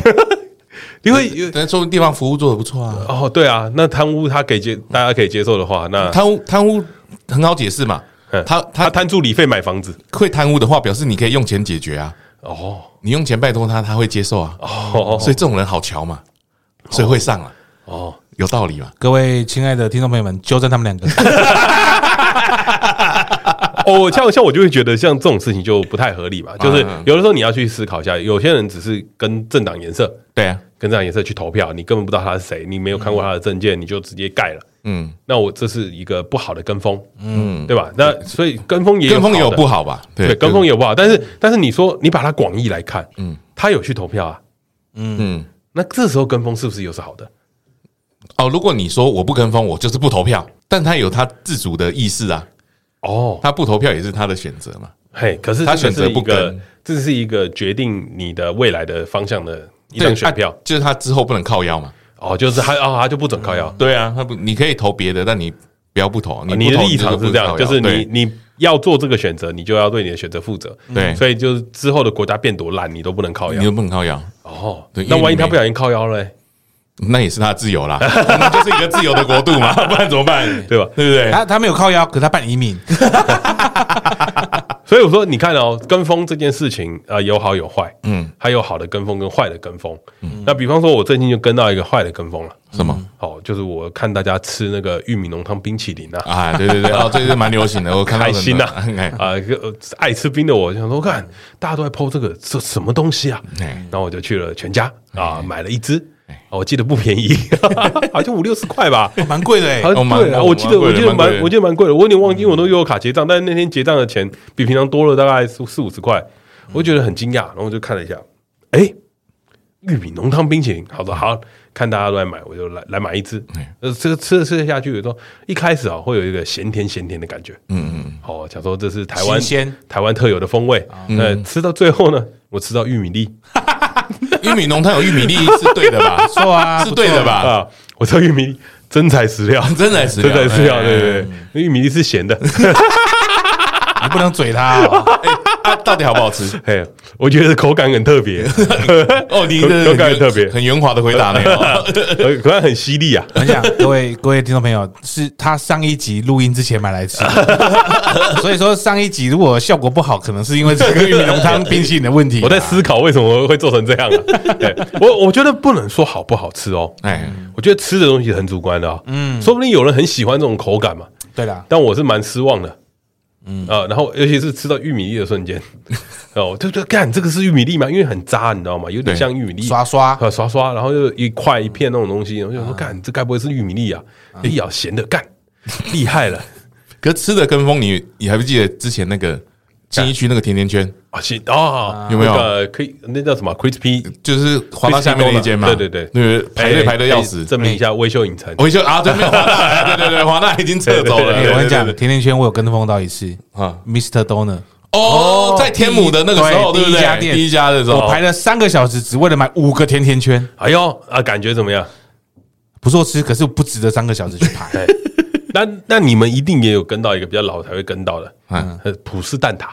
因 为
但说明地方服务做的不错啊。
哦对啊，那贪污他给接大家可以接受的话，那
呃贪污贪污很好解释嘛
嗯，
他
他
他
贪助理费买房子
会贪污的话，表示你可以用钱解决啊，
哦
你用钱拜托他，他会接受啊，
哦
所以这种人好瞧嘛，所以会上啊，
哦，
有道理嘛。
各位亲爱的听众朋友们，纠正他们两个。
哦，像像我就会觉得像这种事情就不太合理嘛，就是
嗯
有的时候你要去思考一下，有些人只是跟政党颜色、
对啊，
跟政党颜色去投票，你根本不知道他是谁，你没有看过他的证件，你就直接盖了。
嗯，
那我这是一个不好的跟风，嗯，对吧？那所以跟风也有
跟风也有
好的
不好吧？
对，跟风也有不好，但是但是你说你把它广义来看，嗯，他有去投票啊，
嗯
那这时候跟风是不是又是好的？
哦，如果你说我不跟风，我就是不投票，但他有他自主的意识啊，
哦，
他不投票也是他的选择嘛。
嘿，可是
他
这个
选择
是一
不
个
跟，
这是一个决定你的未来的方向的一张
对
选票
啊。就是他之后不能靠腰嘛。
哦，就是他哦，他就不准靠腰。
对啊，他不，你可以投别的，但你不要不投，嗯你
哦你
不
的
投
立场是这样，
不能靠
就
腰
是你
对
你要做这个选择，你就要对你的选择负责。嗯
对
所以就是之后的国家变多烂，你都不能靠
你
腰
就。不能靠腰，
哦
对，因
那
为
万一
你
他
没
不小心靠腰嘞，
那也是他自由啦， 我们就是一个自由的国 度嘛，不然怎么办？对
对吧？
不对？
他他没有靠腰，可是他办移民，
所以我说，你看哦，跟风这件事情，呃，有好有坏，
嗯，
它有好的跟风跟坏的跟风。那比方说，我最近就跟到一个坏的跟风了。
什么？
哦，就是我看大家吃那个玉米浓汤冰淇淋啊，
啊，对对对，哦，这是蛮流行的，我看到
开
很多
心呐、啊
哎，
啊、呃爱吃冰的我想说，看大家都在剖这个，这什么东西啊？
哎
然后我就去了全家啊，买了一只，哦我记得不便宜， 好像五六十块吧。
蛮贵的哎
好。
哦
像
蛮
对啊，我记得
蛮贵
我
的
记得
蛮贵
蛮
的
我记得蛮贵的，我有点忘记，因为我都用卡结账，但是那天结账的钱比平常多了大概四四五十块，我就觉得很惊讶，然后我就看了一下，哎，玉米浓汤冰淇淋，好的好，看大家都在买，我就来来买一只
哎。
呃，这个吃着吃着下去，有时候一开始啊会有一个咸甜咸甜的感觉，
嗯啊嗯，
哦，想说这是台湾
新鲜
台湾特有的风味。呃，
嗯
吃到最后呢，我吃到玉米粒
玉米浓汤有玉米粒是对的 吧？
错啊，
是对的
不错？
吧？
啊，我吃到玉米粒真材实料，
真材实料，
真材实料，
哎
对对对，那玉米粒是咸的，
你不能嘴他哦，
啊，到底好不好吃？
嘿，我觉得口感很特 别，
哦，你
口
的
口感很特别
很圆滑的回答呢。 哦
呃口感很犀利啊。
我想各位各位听众朋友，是他上一集录音之前买来吃， 所以说上一集如果效果不好，可能是因为这个玉米浓汤冰淇淋的问题。
我在思考为什么会做成这 样啊？对我我觉得不能说好不好吃哦，
哎，
我觉得吃的东西很主观的，嗯，说不定有人很喜欢这种口感嘛，
对啦，
但我是蛮失望的。嗯啊、然后尤其是吃到玉米粒的瞬 间，哦，对对，干这个是玉米粒吗？因为很渣，你知道吗？有点
对
像玉米粒
刷刷
啊刷刷，然后就一块一片那种东西，我就想说，干这该不会是玉米粒啊？一咬咸的，干厉害了
可是吃的跟风，你你还不记得之前那个新一区那个甜甜圈，
啊！咸哦，
有没有
那个可以那叫什么 crispy？
就是滑到下面那一间嘛？
对对对
对，排队
哎
排的要
哎
死。
证明一下微秀影城
我就啊，对面华大，对对对，华大已经撤走 了。
对
哎
对
我跟你
对
讲，
对对
甜甜圈我有跟风到一次
啊
，Mr. Donut，
哦，在天母的那个时候，
对
对不
第一家
对？
店
第一家的时候，
我排了三个小时，只为了买五个甜甜圈，
哎呦啊，感觉怎么样？
不错吃，可是不值得三个小时去排。
那那你们一定也有跟到一个比较老才会跟到的，
嗯
呃葡式蛋挞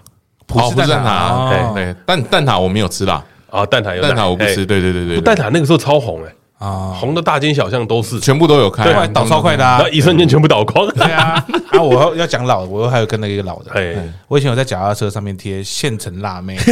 葡
哦
式
不是
蛋
蛋
挞
挞，
哦
对对，蛋蛋挞我没有吃啦，
啊，蛋挞有
蛋挞我不
哎
吃，对对对对，对
蛋挞那个时候超红哎、
啊，
红的大街小巷都是，
全部都有开
后来
嗯
啊，
倒超快的啊
然后，一瞬间全部倒光。
对啊，啊，我要讲老的，我还有跟那个老的，嗯
哎，
我以前有在脚踏车上面贴现成辣妹，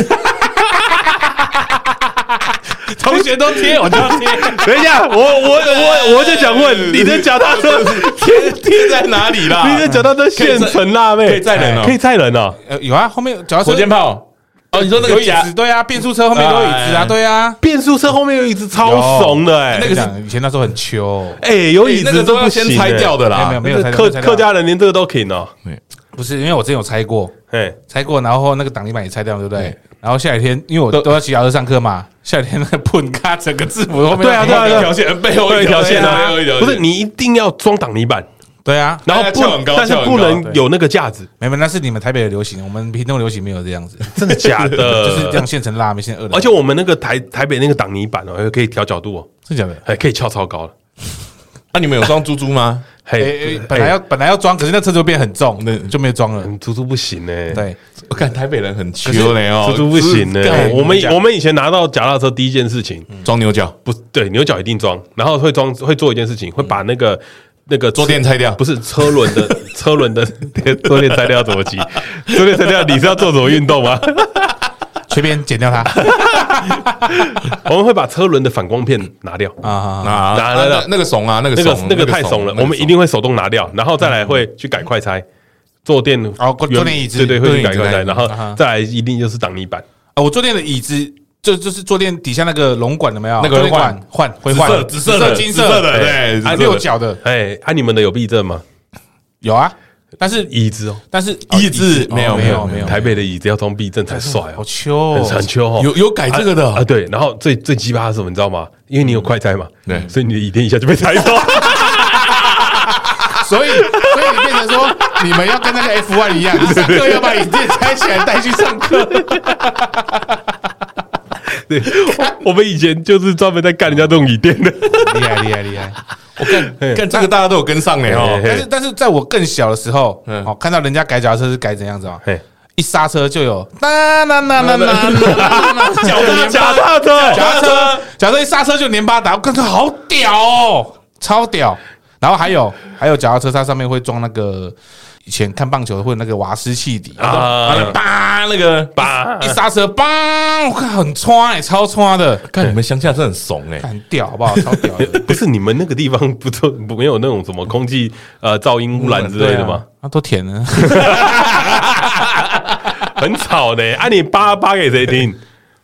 同学都 贴，我就要贴。
等一下，我我我我就想问，你的脚踏车贴贴
贴在哪里啦？
你的脚踏车现成辣妹，
可以载人哦
可以载人哦。
呃，有啊，后面脚踏车
火箭炮哦，你说那
有
个
椅
夹
子，对啊，变速车后面都有椅子啊，
哎
对啊，
变速车后面有椅子超怂的哎、
那
欸，
个是以前那时候很秋，
哎、有椅
哎那
子
个
都
都
不
要
行
先
欸
拆掉的啦。
没有没有
那
拆
个
掉
客
拆掉
客家人连这个都行哦、
不是因为我之前有拆过，
哎，
拆过，然后那个挡泥板也拆掉，对不对？然后下雨天，因为我都要骑脚车上课嘛，下雨天那个喷咔，整个制服后面
对啊对啊对
一
啊
条线背后
会有一条线
背
啊
后一条，线
不是你一定要装挡泥板，
对啊，
然后
哎翘
不
很高
但是
翘很
不
高
能有那个架子，
没没，那是你们台北的流行，我们屏东流行没有这样子，
真的假 的？
就是这样现成辣妹，现成二的，
呃而且我们那个台台北那个挡泥板哦，可以调角度哦，
是假的。
还可以翘超高了。
那你们有装猪猪吗？
嘿
诶，，哎本来要本来要装，可是那车就变很重，那就没有装了。
嗯猪猪不行呢，
对，
我看台北人很穷嘞哦
猪，猪不行呢
干。
我们我们以前拿到脚踏车第一件事情，
装牛角，
不对，牛角一定装，然后会装会做一件事情，会把那个那个
坐垫拆掉
不是车轮的 车轮的坐垫拆掉要怎么骑？坐垫拆掉你是要做什么运动吗？
随便剪掉 它啊
我们会把车轮的反光片拿掉。
啊！
啊，
拿来了
那那个怂啊，那个
那个
怂，
那个太怂了，我们一定会手动拿掉，然后再来会去改快拆，坐垫
哦坐
原
垫椅子
对对，会去改
坐
快
垫
拆，
椅子
然后
啊哈
再来一定就是挡泥板，
啊我坐垫的椅子就就是坐垫底下那个龙管有没有？
那个
坐垫管
龙
换会
紫
换
色紫色的
金
紫色的，
哎
对，紫色
啊
的
六角的
哎，啊，你们的有避震吗？
有啊，但是
椅子哦，
但是
椅子没有
哦没有没有
哎嗯台北的椅子要装避震才帅
好
哦，
秋哦
很很秋哦，
有有改这个的
啊啊，对，然后最最鸡巴的是什么，你知道吗？因为你有快拆嘛，
嗯
对
所以你的椅垫一下就被 拆走，
啊
所以所以你变成说，你们要跟那个 F one 一 样，上课要把椅垫拆起来带去上课。
对，我我们以前就是专门在干人家这种椅垫的，
厉害厉害厉害！
我看看这个大家都有跟上嘞哦
嘿，
但是但是在我更小的时候，
嗯
哦，看到人家改脚踏车是改怎样子啊？
嘿
一刹车就有哒啦啦啦啦啦啦啦，脚踏
脚踏车哎，
脚踏车，脚踏车一刹车就连八打，我感觉好屌哦，超屌。然后还有还有脚踏车，它上面会装那个以前看棒球会有那个瓦斯气体啊，
啊，那
啊，
叭那个叭，
把
一刹车，邦，我看很穿哎、超穿的，
看你们乡下是很怂哎，
很屌好不好？超 屌的，
不是你们那个地方不都不没有那种什么空气呃噪音污染之类的吗？
对啊？那都甜了，
很吵呢，啊，你叭叭给谁听？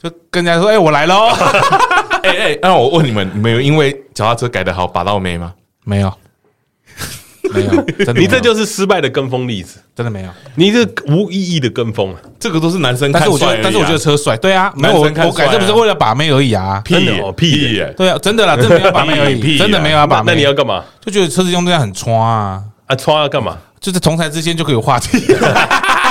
就跟人家说哎、我来喽，
哎哎，那我问你们，你们有因为脚踏车改的好拔到妹吗？
没有。没有，真的没有
你这就是失败的跟风例子，
真的没有，
你这无意义的跟风啊！
这个都是男生
但
看
是我觉
帅而已
得，但
啊，
是我觉得车帅，对啊，没有我
男生看
我改
帅啊
这不是为了把妹而已啊，
真的
屁
哦
耶
屁耶
耶，
对啊，真的啦，真的没有把妹而
屁
已，
啊
真的没有要把妹。
那你要干嘛
就觉得车子用这样很穿啊，
啊？穿要干嘛？
就是同台之间就可以有话题。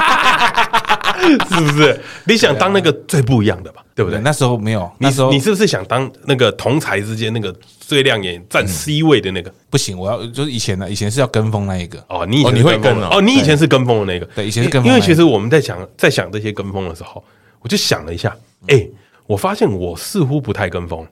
是不是？你想当那个最不一样的吧？对不对？
啊那时候没有，
你
那时候
你是不是想当那个同才之间那个最亮眼、占
嗯
C 位的那个？
不行，我要就是以前的，以前是要跟风那一个，
哦，你以前
哦
是
你会
风的
跟哦
哦，你以前是跟风的那个，
对以前是跟风
因为
那
其实
个
我们在想在想这些跟风的时候，我就想了一下，哎，我发现我似乎不太跟风，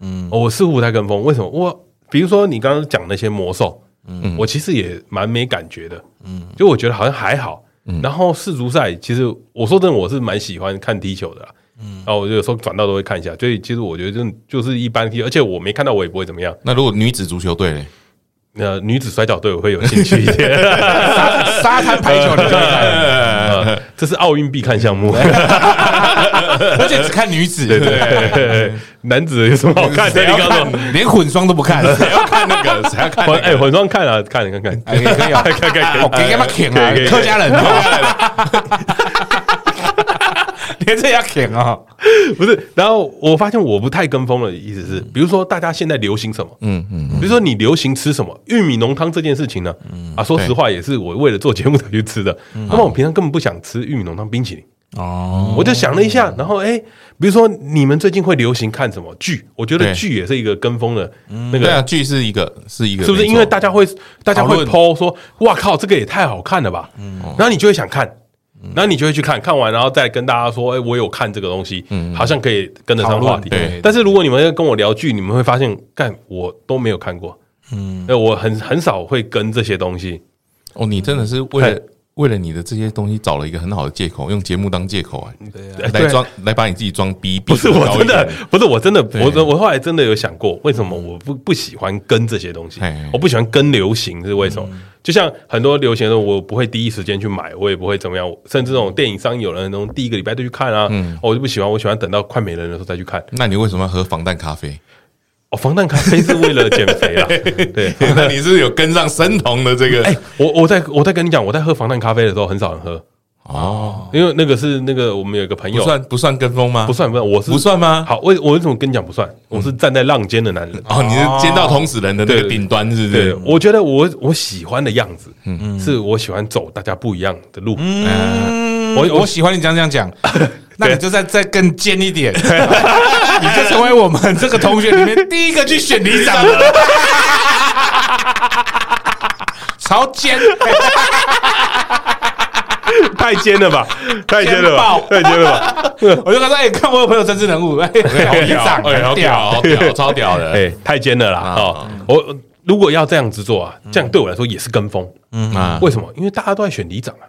嗯，我似乎不太跟风，为什么？我比如说你刚刚讲那些魔兽，嗯，我其实也蛮没感觉的，嗯，就我觉得好像还好。然后世足赛，其实我说真的，我是蛮喜欢看踢球的啦。嗯，然后我就有时候转到都会看一下，所以其实我觉得就就是一般踢，而且我没看到我也不会怎么样。
那如果女子足球队嘞，
呃，女子摔跤队我会有兴趣一点。
沙沙滩排球你就厉害了，
呃， 这是奥运必看项目，
而且只看女子，对对
男子有什么好看的？
谁
你
要
告诉我，
连混双都不看，
谁要看那个，谁要看
混
那
哎
个？
混双看啊，看看看，
哎，可以啊，
看看
我给他们舔啊
可以可以可以，
客家人， 客家人，连这也要舔啊，
不是。然后我发现我不太跟风的意思是，比如说大家现在流行什么，嗯嗯，比如说你流行吃什么玉米浓汤这件事情呢，啊，说实话也是我为了做节目才去吃的，那么我平常根本不想吃玉米浓汤冰淇淋。
哦，
我就想了一下，然后哎、比如说你们最近会流行看什么剧？我觉得
对
剧也是一个跟风的那
对
个
啊，剧是一个是一个，
是不是？
没错
因为大家会大家会
讨论嗯
剖说，哇靠，这个也太好看了吧！然后你就会想看，然后你就会去看看完，然后再跟大家说，哎，我有看这个东西，
嗯
好像可以跟得上话题
讨论对。
但是如果你们要跟我聊剧，你们会发现，干我都没有看过，嗯，我很很少会跟这些东西。
哦，你真的是为了为了你的这些东西找了一个很好的借口，用节目当借口哎、
对啊，
来装来把你自己装逼。
不是
逼
我
高一
真的
点，
不是我真的，我真我后来真的有想过，为什么我不不喜欢跟这些东西
嘿嗯嘿嘿，
我不喜欢跟流行是为什么？就像很多流行的，我不会第一时间去买，我也不会怎么样，甚至那种电影上映有人那种第一个礼拜就去看啊，
嗯
哦我就不喜欢，我喜欢等到快没人的时候再去看。
那你为什么要喝防弹咖啡？
哦，防弹咖啡是为了减肥 啦，对。
那你是不是有跟上生酮的这个？
哎、我我在我在跟你讲，我在喝防弹咖啡的时候很少人喝，
哦，
因为那个是那个我们有一个朋
不
友，
算不算跟风吗？
不算不算，我是
不算啊嗯吗？
好，为我为什么跟你讲不算？我是站在浪尖的男人，
哦，你是尖到捅死人的那个顶端，是不
对，嗯
是？
我觉得我我喜欢的样子，是我喜欢走大家不一样的路。
嗯，
我
我
我
我喜欢你这样这样 讲，那你就再再更尖一点， 你就成为我们这个同学里面第一个去选里长的， 超尖，
太尖了 吧，太尖了吧， 太尖了吧！
我就跟他说，哎，看我有朋友政治人物，哎，好里长，
哎，好
很
屌，
屌，
好屌，超屌的！
哎，太尖了啦！哦，我如果要这样子做啊，这样对我来说也是跟风。
啊，
为什么？因为大家都在选里长啊，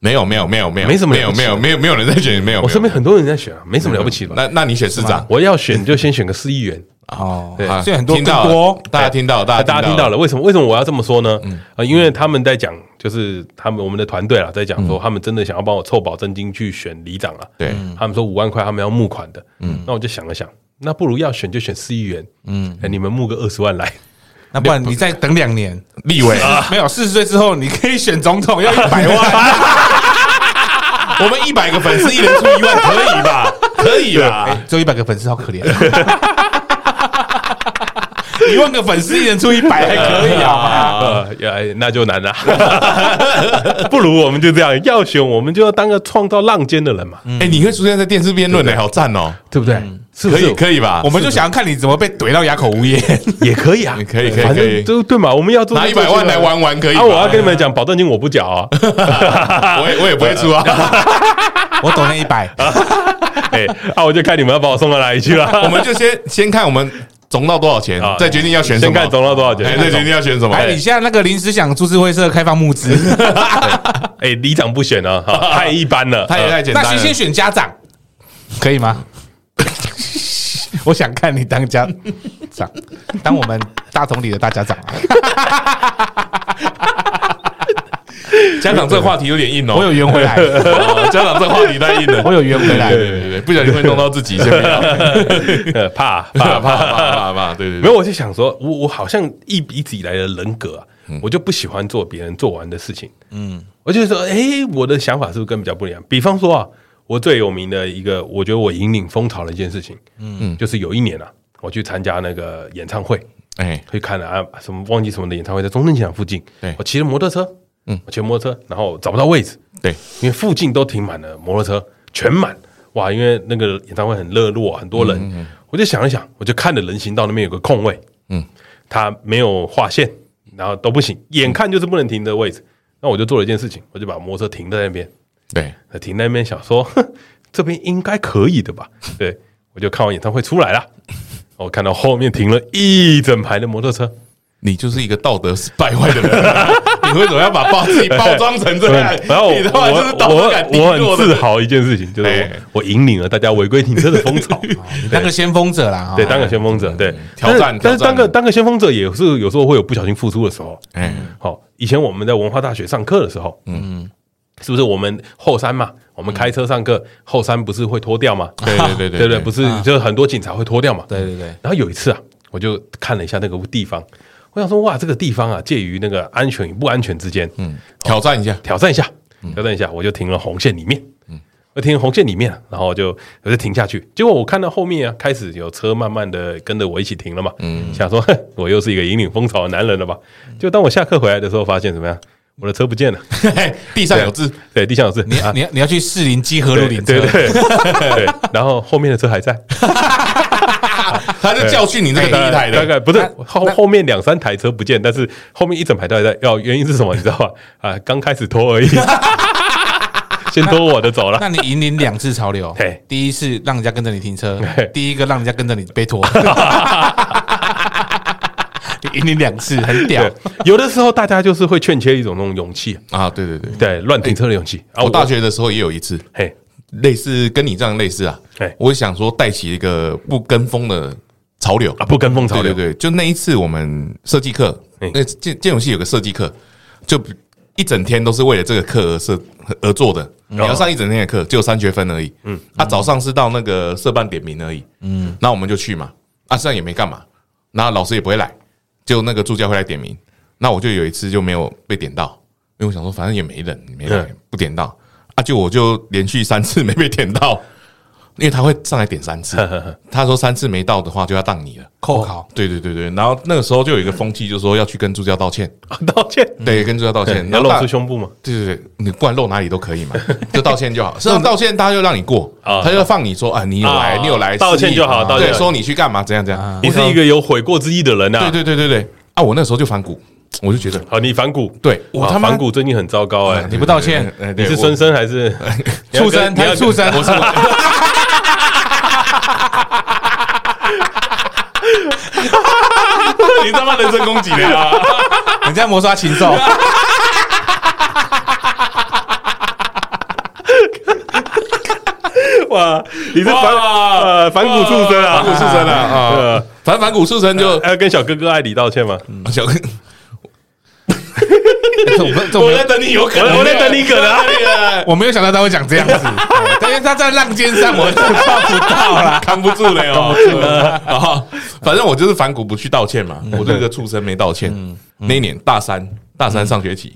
没有，没有，没有，没有，
没什么
没有，
了不起
没有，没有，没有人在选，没有。
我身
没
边很多人在选啊，没什么
有
了不起的吧？
那那你选市长？
我要选就先选个市议员，
哦，
对
啊
所以很多
听到
更多
了大家听到了，嗯大
啊
家
大家听到了，为什么？为什么我要这么说呢？啊，因为他们在讲，就是他们我们的团队啊，在讲说，他们真的想要帮我凑保真金去选里长了。
嗯对
他们说五万块他们要募款的，嗯，那我就想了想，那不如要选就选市议员，嗯，你们募个二十万来，
那不然你再等两年，
立委，啊
没有四十岁之后，你可以选总统，要一百 万，
我们一百个粉丝，一人出一万，可 以吧？可以啊吧？
哎只有一百个粉丝，好可怜。啊 一万个粉丝，一人出一百，还可以 啊。
呃，哎那就难了， 不如我们就这样，要选我们就要当个创造浪尖的人嘛，
哎，你会出现在电视辩论呢，好赞哦！
嗯对不对？是不
可以，
是？
可以吧？
我们就想要看你怎么被怼到哑口无言。
也可以啊，
可以可以
反
可以
正就对嘛，我们要做
拿一百万来。玩玩，可以吧？
啊！我要跟你们讲，保证金我不缴啊！
我也我也不会出 啊，
我抖那一百，
哎，啊，我就看你们要把我送到哪里去了。
我们就先先看我们总到多少钱
啊，
哦再决定要选什
先
么。
看总到多少钱
哎，。再决定要选什么。
哎，你现在那个临时想株式会社开放募资，
哎，里长不选了，哈太一般了。
他也 太简
那
单
先
了
先。选家长，可以吗？ 我想看你当家长，当我们大同里的大家长啊！
家长这个话题有点硬哦，
我有圆回 来，
哦家长这个话题太硬了，
我有圆回来
对。对对对，不小心会弄到自己，先不要，
呃怕怕怕
怕怕怕怕怕，对对
没
对，
有，我就想说，我我好像一一直以来的人格啊，
嗯
我就不喜欢做别人做完的事情。嗯，我就说，哎，我的想法是不是跟比较不一样？比方说啊，我最有名的一个，我觉得我引领风潮的一件事情，嗯，就是有一年啊，我去参加那个演唱会，
哎，
去看了啊什么忘记什么的演唱会，在中正机场附近，
对
我骑着摩托车，嗯，我骑摩托车，然后找不到位置，
对，
因为附近都停满了摩托车，全满。哇，因为那个演唱会很热络，很多人，我就想了想，我就看着人行道那边有个空位，嗯，它没有划线，然后都不行，眼看就是不能停的位置。那我就做了一件事情，我就把摩托车停在那边，
对，
停在那边想说， 哼这边应该可以的吧？对，我就看完演唱会出来了，我看到后面停了一整排的摩托车，
你就是一个道德败坏 的人啊，你为什么要把包自己包装成这样？
然后我
你他妈就是道德感低
我我
落
很
的
自
人。
豪一件事情，就是
哎
我我引领了大家违规停车的风 潮，
你当个先锋者啦，
对，
哈
当个先锋者，对，
嗯挑战
但是但
挑战
是当个当个先锋者也是有时候会有不小心付出的时候。
哎，
好，以前我们在文化大学上课的时候，嗯，是不是我们后山嘛？我们开车上课，后山不是会脱掉吗？
对对对
对不对？不是，就是很多警察会脱掉嘛。
对对对，
然后有一次啊，我就看了一下那个地方，我想说哇，这个地方啊，介于那个安全与不安全之间，嗯，
挑战一下，
挑战一下，
嗯
挑战一下，我就停了红线里面，嗯，我停红线里面，然后就我就停下去，结果我看到后面啊，开始有车慢慢的跟着我一起停了嘛，嗯，想说 哼我又是一个引领风潮的男人了吧？
嗯
就当我下课回来的时候，发现怎么样，我的车不见了，
嘿嘿 地上有字，
对，地上有事，
你
啊
你要你要去士林基河路
对
领
对
车，
对对， 然后后面的车还在，哎
他就教训你这个第一
大
台的。
概不是后后面两三台车不见，但是后面一整排都还在。要原因是什么？你知道吧？啊，刚开始拖 而已，先拖我的走了。
那你引领两次潮流
嘿，
第一次让人家跟着你停车
嘿，
第一个让人家跟着你被拖。赢你两次，很屌
对。，有的时候大家就是会欠缺一种那种勇气，
啊，对对对，
对，乱停车的勇气啊。
哎我大学的时候也有一次，
嘿，
类似跟你这样类似啊
哎，
我想说带起一个不跟风的潮流
啊，不跟风潮
对
流，
对对，就那一次我们设计课，
嗯
那建建筑系有个设计课，就一整天都是为了这个课而设而做的。你要上一整天的课，只有三学分而已。嗯，他早上是到那个社办点名而已。嗯，那我们就去嘛，啊，实际上也没干嘛，那老师也不会来，就那个助教会来点名。那我就有一次就没有被点到，因为我想说反正也没人，没人
嗯
不点到啊，就我就连续三次没被点到，因为他会上来点三次，他说三次没到的话就要当你了。
扣考，
对对对对，然后那个时候就有一个风气，就说要去跟助教道歉，
啊道歉，
对，跟助教道歉，
要
然后
露
大
出。胸部嘛？
对对对，你不管露哪里都可以嘛， 就道歉就好。是啊道歉，他就让你过，
啊
他就放你说啊，你有来，
啊
你有来，
道歉
示意
就好道歉啊
对，说你去干嘛，怎样怎样。
你是一个有悔过之意的人呐
对。对对对对，啊，我那时候就反骨，我就觉得，
好，你反骨，
对我
哇
他妈
反骨最近很糟糕哎。
你不道歉，
哎，
你
对
是
我哎
孙生还是
畜生，
你
他
要
是
跟
畜 生，我是
你他妈人身攻击的
啊
呀！
你在磨刷禽 兽。
哇，你是反
哇
呃反骨畜生啊，
反骨畜生啊
对嗯
啊！反正反骨畜生就
还要跟小哥哥艾里道歉吗？
小，
这种这种没有
等你有可
我我在等你可能啊
我没有想到他会讲这样子， 对但是他在浪尖上，我真的抓不到啦。
扛不住了哟。 然后反正我就是反骨不去道歉嘛，我这个畜生没道歉。那一年大三，大三上学期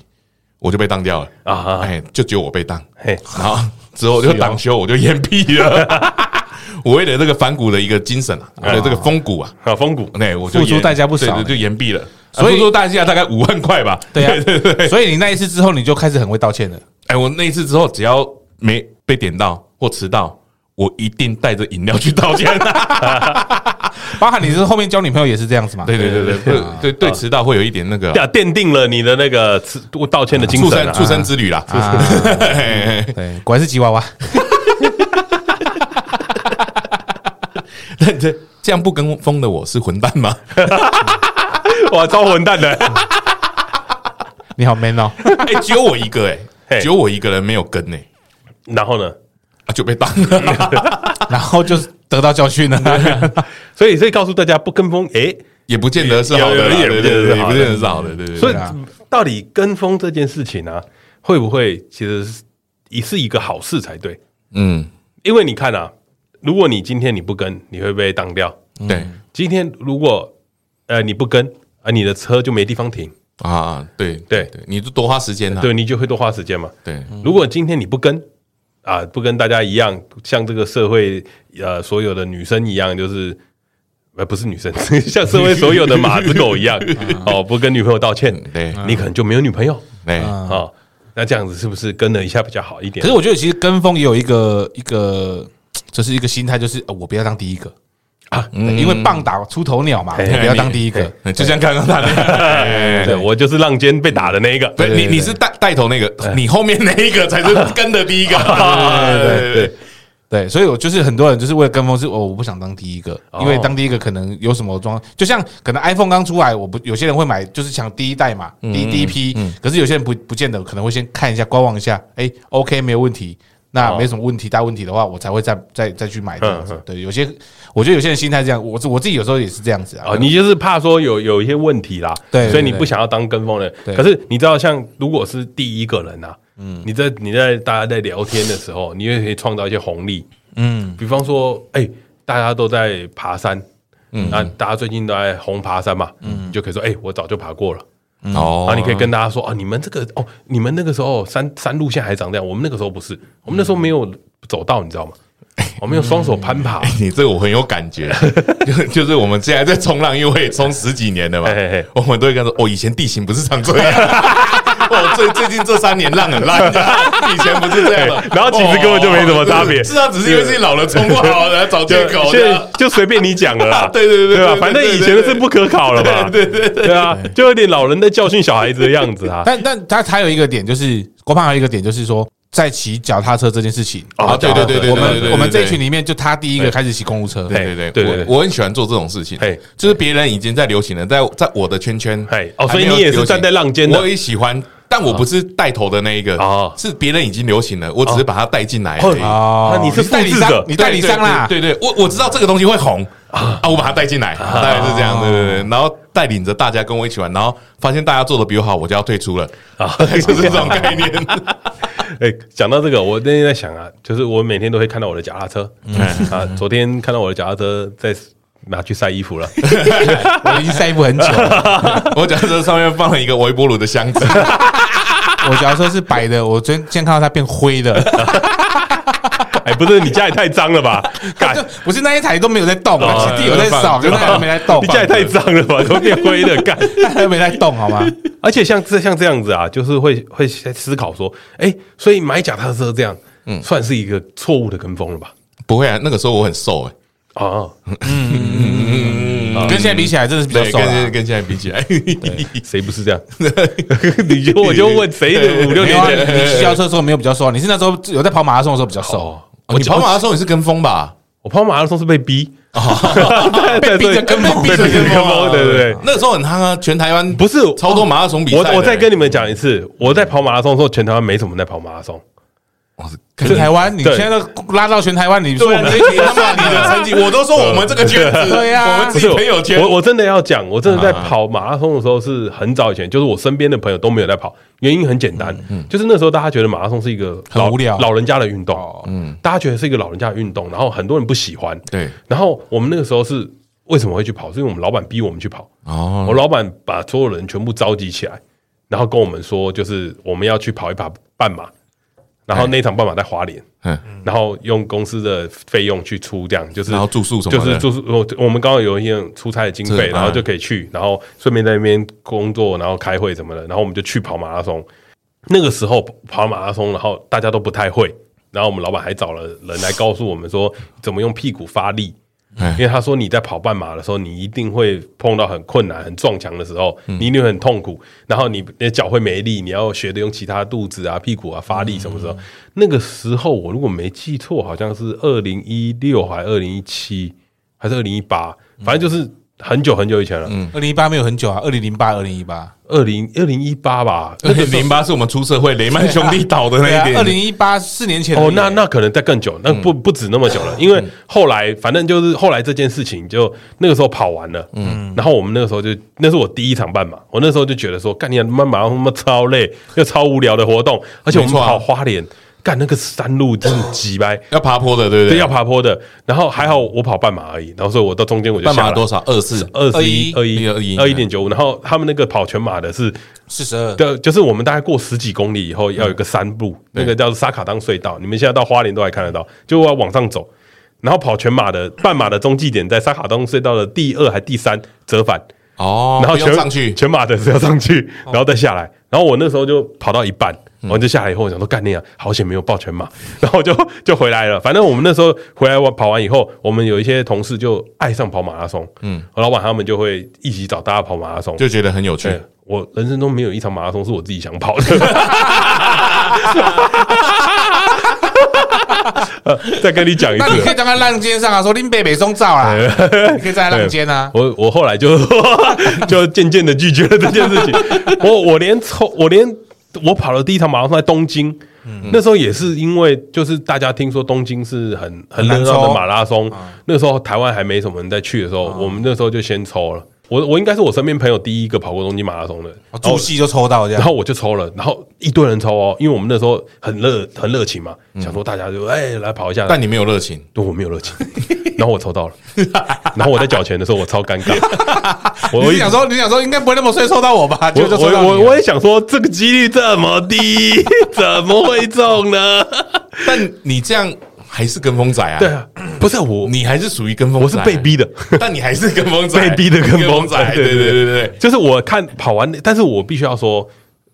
我就被当掉了
啊啊
啊！
啊
哎，就只有我被当，
嘿，
然后之后就党休，我就延毕了。我为了这个反骨的一个精神啊，为了这个风骨啊，
好风骨，
那我就
付出
延
代价不少
对对就延毕了。
所以
所以说代价大概五万块吧。
对啊
对对。
所以你那一次之后，你就开始很会道歉了。
哎，我那一次之后，只要没被点到或迟到，我一定带着饮料去道歉。
包含你是后面交女朋友也是这样子嘛？
对 对对对对对对，迟到会有一点那个
啊奠定了你的那个自道歉的精
畜
神
生畜
啊。
生之旅啦。
啊，对，果然是吉娃娃。
这这这样不跟风的我是混蛋 吗？
哇，超混蛋的，
你好 man 哦！
哎，只有我一个哎，
嘿
只有我一个人没有跟哎，
然后呢？
啊就被当了，
然后就是得到教训了。
所以所以告诉大家不跟风，诶，
也不见得是好的啦，
也
对
也不见
对
得
对
是
对也
好
不
的
见得是好的，对对。
所以
啊
到底跟风这件事情啊，会不会其实是也是一个好事才对？
嗯，
因为你看啊，如果你今天你不跟，你会被当掉。
对
今天如果呃你不跟啊，你的车就没地方停，
啊，对
对
对，你就多花时间啦。啊
对你就会多花时间嘛。
对嗯
如果今天你不跟啊，不跟大家一样，像这个社会呃所有的女生一样，就是呃不是女生， 像社会所有的马子狗一样，哦，不跟女朋友道歉，
嗯对
你可能就没有女朋友
对，
啊、哦那这样子是不是跟了一下比较好一点？
可是我觉得其实跟风也有一个一个，就是一个心态，就是呃我不要当第一个啊，因为棒打出头鸟嘛，我
嘿
不要当第一个。
嗯就像刚刚他那样 哎
对我就是浪尖被打的那一个，
不是
对
你，
对
你是带带头那个，你后面那一个才是跟 的第一个。
对对
对，所以我就是很多人就是为了跟风是，哦，我不想当第一个，
哦
因为当第一个可能有什么装，就像可能 iPhone 刚出来，我不有些人会买，就是抢第一代嘛，
嗯
第一第一批，可是有些人不不见得可能会先看一下观望一下，哎，OK 没有问题。那
哦
没什么问题，大问题的话，我才会再再再去买这样
嗯
子
嗯。
对，有些我觉得有些人心态这样，我自我自己有时候也是这样子啊
哦
啊，。你就是怕说有有一些问题啦，
对对
所以你
对
不想要当跟风人。
对
可是你知道，像如果是第一个人啊，嗯，你在你在大家在聊天的时候，你也可以创造一些红利，嗯，比方说，哎，大家都在爬山，嗯，那大家最近都在红爬山嘛，嗯，你就可以说，哎，我早就爬过了，
哦
然嗯后你可以跟大家说，啊，你们这个哦，你们那个时候山山路线还长这样，我们那个时候不是，我们那时候没有走道，你知道吗？我们用双手攀爬，
你这个我很有 感觉，就就是我们现在在冲浪，因为我也冲十几年了嘛
嘿嘿嘿，
我们都会跟他说，哦，以前地形不是长这样。 哦，最最近这三年浪很烂， 以前不是这样的。
对然后其实根本就没什么差别
是啊，只是因为自己老了冲不好，然后找借口。
现
这
在
样。
就随便你讲了啦
对对对对
对吧？
对
反正
对对
以前的是不可考了嘛。
对对对
对啊，就有点老人在教训小孩子的样子啊。
但但他还有一个点就是，郭胖还有一个点就是说，在骑脚踏车这件事情，
啊，对对对对，
哦我们
对对对对
我们这一
对
群里面就他第一个开始骑公路车，
对对
对
对，
对对
我我很喜欢做这种事情
嘿，
就是别人已经在流行了，在在我的圈圈
嘿，哦
还没有
所以你也是
流行
站在浪尖的
我也喜欢，但我不是带头的那一个
哦
是别人已经流行了，我只是把它带进来而已。
哦，那你是复
代理
制
商
者，
你代理商啦，
对对，对对我我知道这个东西会红啊，我把它带进来，大概是这样，对对对，然后带领着大家跟我一起玩，然后发现大家做的比我好，我就要退 出了，
啊，
哎就是这种概念。
哎，讲到这个，我那天在想啊，就是我每天都会看到我的脚踏车，啊，昨天看到我的脚踏车在拿去晒衣服了，
我已经晒衣服很久了，
我假设上面放了一个微波炉的 箱子，
我脚踏车是白的，我昨天先看到它变灰 的，
哎，不是你家也太脏了 吧？干
就不是那一台都没有在动，
哦
基地有在扫，
就
就
放
那台没在动
你，家也太脏了吧，都变灰了，干。
那台没在动，好吗？
而且像这像这样子啊，就是会会在思考说，哎，所以买脚踏车这样，嗯，算是一个错误的跟风了吧？
不会啊，那个时候我很瘦哎，
哦，
跟现在比起来，真的是比较
嗯对，
瘦啊
啊
了
跟。跟现在比起 来，
谁不是这样？你就 我就问谁五六
没
年
有啊，
前
你骑脚车的时候没有比较瘦啊，你是那时候有在跑马拉松的时候比较瘦，
哦，
哦你跑马拉松也是跟风吧？
我跑马拉松是被逼， 被
逼着跟风
被逼着跟风，对对对。
那时候很夯啊，全台湾
不是
超多马拉松比赛的。
我我再跟你们讲一次，我在跑马拉松的时候，全台湾没什么人在跑马拉松。
全台湾，你
对
现在都拉到全台湾，你说
哦
我
对啊，
们
你
这
你他妈你的成绩，我都说我们这个圈子，
对啊
我们
不
自己
是
朋友圈，
我我真的要讲，我真的在跑马拉松的时候是很早以前，就是我身边的朋友都没有在跑，原因很简单，就是那时候大家觉得马拉松是一个
很
老
无聊
老人家的运动，嗯，大家觉得是一个老人家的运动，然后很多人不喜欢，
对，
然后我们那个时候是为什么会去跑？是因为我们老板逼我们去跑，
哦
我老板把所有人全部召集起来，然后跟我们说，就是我们要去跑一跑半马，然后那一场半马在花莲，
嗯
然后用公司的费用去出，这样就是
然后住宿什么的
就是住宿。我我们刚好有一些出差的经费，
是
然后
嗯
就可以去，然后顺便在那边工作，然后开会什么的，然后我们就去跑马拉松。那个时候跑马拉松，然后大家都不太会，然后我们老板还找了人来告诉我们说怎么用屁股发力。
哎
因为他说你在跑半马的时候，你一定会碰到很困难、很撞墙的时候，你一定会很痛苦，然后你你的脚会没力，你要学着用其他肚子啊、屁股啊发力什么时候？那个时候我如果没记错，好像是二零一六还二零一七还是二零一八，反正就是很久很久以前了，
嗯
二零一八没有很久啊，二零零八、二零一八，
二零二零一八吧。
二零零八是我们出社会雷曼兄弟倒的那
对啊
一，
二
点，
零一八四年前而已
哦，那那可能在更久，那不不止那么久了，因为后来反正就是后来这件事情就那个时候跑完了，嗯，然后我们那个时候就那是我第一场半马，我那时候就觉得说，干你妈马拉松他妈超累又超无聊的活动，而且我们
没错啊
跑花莲，干那个山路真的挤掰，
要爬坡的，对不
对，
对？
要爬坡的，然后还好我跑半马而已，然后所以我到中间我就
半
下
马
来
多少？二四
二十一、二一、
21
二一点九五，然后他们那个跑全马的是
四十二，
对，就是我们大概过十几公里以后，要有一个山路，那个叫做沙卡当隧道。你们现在到花莲都还看得到，就要往上走，然后跑全马的半马的中继点在沙卡当隧道的第二还第三折返，
哦，
然后
不用
全
上去，哦
全马的是要上去，然后再下来。然后我那时候就跑到一半，
嗯
然后就下来以后，我想说干你啊，好险没有报全马， 然后就就回来了。反正我们那时候回来完跑完以后，我们有一些同事就爱上跑马拉松，嗯，我老板他们就会一起找大家跑马拉松，
就觉得很有趣。
对我人生中没有一场马拉松是我自己想跑的。 呃再跟你讲一
那你可
次
以，站在浪尖上啊，说林北北松啊照啦， 你可以站在浪尖啊。
我我后来就就渐渐的拒绝了这件事情。我我连抽我连我跑的第一场马拉松在东京，
嗯
那时候也是因为就是大家听说东京是很很热
难
闹的
抽嗯
马拉松，那时候台湾还没什么人在去的时候，我们那时候就先抽了。我我应该是我身边朋友第一个跑过东京马拉松的，然后
我助哦戏就抽到这
然
样，
后我就抽了，然后一堆人抽哦，因为我们那时候很热很热情嘛，
嗯
想说大家就哎来跑一下，
但你没有热情，
对我没有热情，然后我抽到了，然后我在缴钱的时候我超尴尬，我
你
一
是想说你想说应该不会那么衰抽到我吧？就
我
就抽
我
到你啊
我
了
我也想说这个几率这么低， 怎么会中呢？
但你这样还是跟风仔啊？
对，啊，不是我
你还是属于跟风
我
仔，
是被逼的。
但你还是跟风仔，
被逼的跟风仔，
仔。对对对对对，
就是我看跑完，但是我必须要说，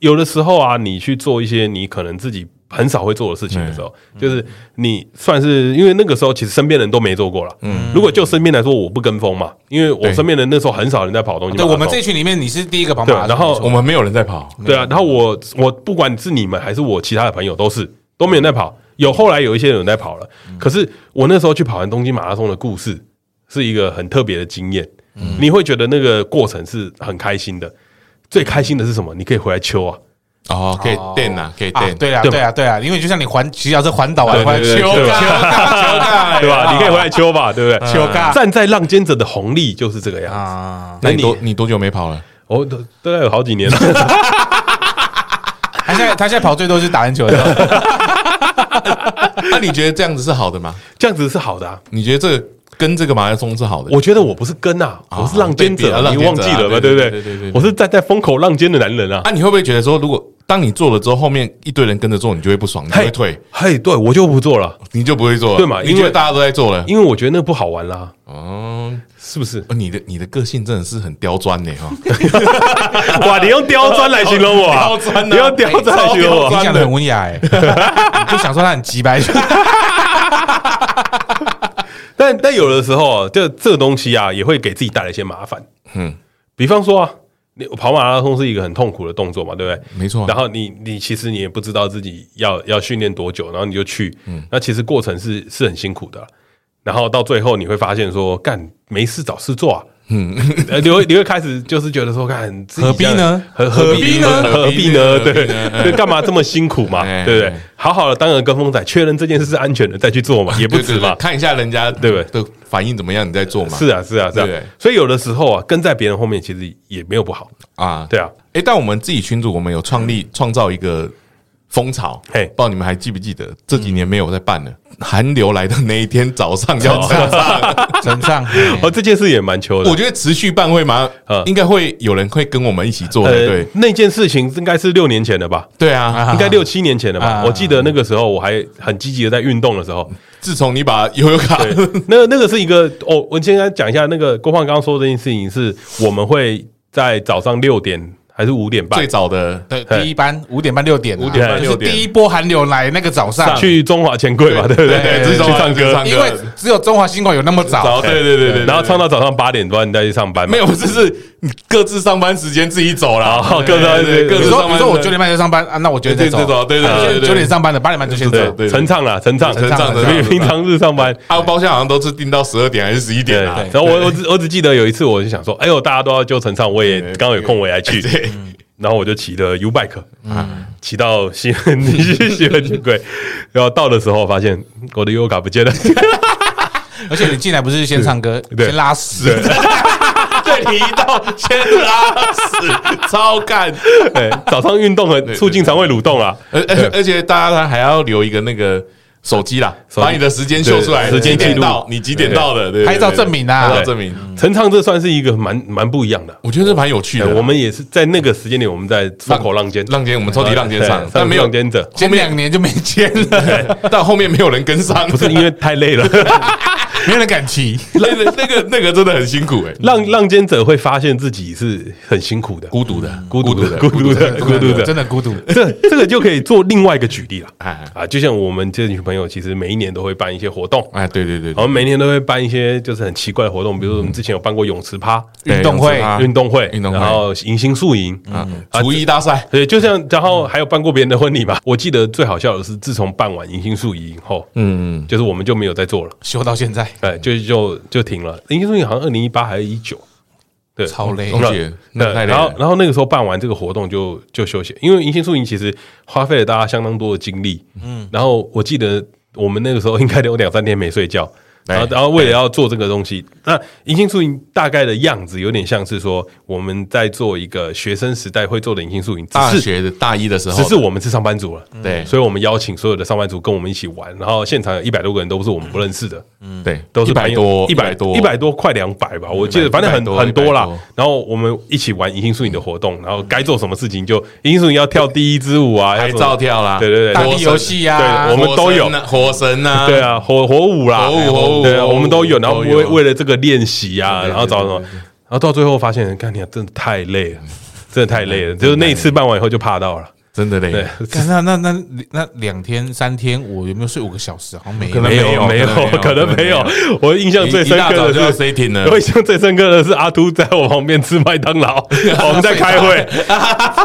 有的时候啊，你去做一些你可能自己很少会做的事情的时候，就是你算是因为那个时候其实身边人都没做过了。嗯，如果就身边来说，我不跟风嘛，因为我
对
身边人那时候很少人在跑东西马
对
拉松。
我们这群里面你是第一个跑马
对，
拉松，
然后
我们没有人在跑，
对啊，然后我我不管是你们还是我其他的朋友，都是都没有人在跑。有后来有一些人在跑了，
嗯
可是我那时候去跑完东京马拉松的故事是一个很特别的经验，
嗯
你会觉得那个过程是很开心的。最开心的是什么？你可以回来秋啊，
哦，可以电啊，可以电，
对啊，
对吧
对啊，对啊，因为就像你环骑脚是环岛完
对
环
对对
球
对
尬球尬球
哎
啊 尬，
对吧？你可以回来秋吧，对不对？
秋尬
站在浪尖者的红利就是这个样子。
啊，
那你多你多久没 跑了？
我都大概有好几年了，
他现在他现在跑最多是打篮球的，
那啊你觉得这样子是好的吗？
这样子是好的啊。
你觉得这个跟这个马拉松是好的？
我觉得我不是跟啊，我是浪尖者
啊
啊，
浪尖
你忘
者啊
记了吧？
对
对不
对对对对对
对？我是站在风口浪尖的男人啊。
啊，你会不会觉得说，如果当你做了之后，后面一堆人跟着做，你就会不爽，你就会退，
嘿，对我就不做了，
你就不会做了，
对嘛
你
因
觉
为
得大家都在做了，
因为我觉得那不好玩啦，
哦，
是不是？
哦你的你的个性真的是很刁钻呢哈，
哇，你用刁钻来形容我啊
刁钻啊！
你用 刁钻来形容
刁
我啊，
钻
你讲的很文雅哎， 你就想说他很急白，
但但有的时候啊，就这个东西啊，也会给自己带来一些麻烦。
嗯，
比方说啊，你跑马拉松是一个很痛苦的动作嘛，对不对？
没错啊
然后你你其实你也不知道自己要要训练多久，然后你就去，
嗯
那其实过程是是很辛苦的啊。然后到最后你会发现说，干没事找事做啊。 嗯，你会你会开始就是觉得说，看
何必呢
何何必呢？
何
何
必
必
呢
呢？
何必呢
对
嗯，
对，干嘛这么辛苦嘛
哎？
对不对
哎？
好好的当个跟风仔，确认这件事是安全的再去 做嘛，也不
对
迟
对
嘛
对，。看一下人家
对不
的反应怎么样，你再做嘛，
是啊，是啊，是
对
啊。所以有的时候啊，跟在别人后面其实也没有不好。
啊，
对啊，
哎，但我们自己群组，我们有创
嗯
立创造一个风潮，
嘿
不知道你们还记不记得？这几年没有在办了，
嗯
寒流来的那一天早上要 早上，
整上
哦，这件事也蛮糗的
嗯我。觉得持续办会蛮
嗯，
应该会有人会跟我们一起做的，
呃
嗯
对，
那件事情应该是六年前的吧，
对啊。
应该六七年前的吧
啊。
我记得那个时候我还很积极的在运动的时候，
自从你把悠悠卡，
那那个是一个哦，我先来讲一下那个郭胖刚刚说的这件事情，是我们会在早上六点还是五点半
最早的
对，第一班五点半六点啊，
5点
半
就是
6点
第一波寒流来那个早上，
去中华钱柜嘛，对不
对
对？
对
去唱
去
歌
唱歌，
因为只有中华新馆有那么早，
对对对对，
然后唱到早上八点半你再去上班嘛
没。有，就是你各自上班时间自己走啦
哦，各自
对对对
对对
各
你
自上
说
班。
你说我九点半就上班啊，那我九点再
对对
走，
对对对
啊
对对
九点上班的八点半就先
对
走，
对对
晨唱啦，晨唱，
晨
唱晨
唱
平平常日上班。
啊，包厢好像都是定到十二点还是十一
对，
点啊？
然后我我只我只记得有一次，我就想说，哎呦，大家都要揪晨唱，我也刚好有空，我也来去。嗯
对，嗯
然后我就骑了 U bike，骑到西门， 你去西门警柜，然后到的时候发现我的 U 卡不见了，
而且你进来不是先唱歌，
对
先拉屎，
对你一到先拉屎，超干。
对，早上运动很促进肠胃蠕动啊，
而而而且大家还要留一个那个手机啦，
手机
把你的时间秀出来，
对时间
几点
记录
到，你几点到的，对对对
拍照证明啊
拍照
对
证明。
晨唱这算是一个蛮蛮不一样的。
我觉得这蛮有趣的
对
啦。
我们也是在那个时间点，我们在风口浪尖，
啊浪尖，我们超级浪尖
对
上，
上
但没有
浪尖者
前两年就没签了，
但后面没有人跟上，
不是 因为太累了，
没人敢骑。
那个那个那个真的很辛苦哎，
浪浪尖者会发现自己是很辛苦的，
孤独的，
孤独的，
孤
孤
独
独的，孤独的
真。的孤独。
这这个就可以做另外一个举例了
哎
啊，就像我们这群朋友，其实每一年都会办一些活动，
哎，对对对
我，们每年都会办一些就是很奇怪的活动，比如说我们之前有办过泳池趴、
对
运动会
有差
运动会，
嗯运动会嗯
然后迎新宿营，啊
厨艺大赛，
对，就像然后还有办过别人的婚礼吧。我记得最好笑的是，自从办完迎新宿营以后，
嗯，
就是我们就没有再做了，
修到现在
哎，就就就停了。迎新宿营好像二零一八还是一九，对，
超累
东，西那
对，
太累
然后
了，
然后那个时候办完这个活动就就休息，因为迎新宿营其实花费了大家相当多的精力。嗯，然后我记得我们那个时候应该有两三天没睡觉，然后
对
然后为了要做这个东西，那迎新宿营大概的样子有点像是说我们在做一个学生时代会做的迎新宿营，
嗯大
只是
学的大一的时候，
只是我们是上班族了，
对
所以我们邀请所有的上班族跟我们一起玩，然后现场有一百多个人都不是我们不认识的，
对，
都是
嗯一百多，
一百
多，
一百多快两百吧，我记得
100
反正很
多
很多啦
100多。
然后我们一起玩迎新树影的活动，然后该做什么事情就 迎新树影要跳第一支舞啊，
拍
要做
照，跳啦，
对对对
大
大
地游戏
啊
啊，
对我们都有
火神啊，
对，啊，火火舞啦，
火舞火舞
对
火
啊，
舞
我们都有。然后
都有
为为了这个练习啊，
对对
然后找什么，然后到最后发现，看你啊真的太累了，真的太累了。就是那一次办完以后就怕到了，
真的
对
嘞，，
看那那那那两天三天，我有没有睡五个小时？好像没有，
可能
没有
没
没
有
有，可
可能
能没
没有
有。我印象最
一
深
大
刻
早就要
的是。
setting 了
我，印象最深刻的是阿秃在我旁边吃麦当劳，我们在开会，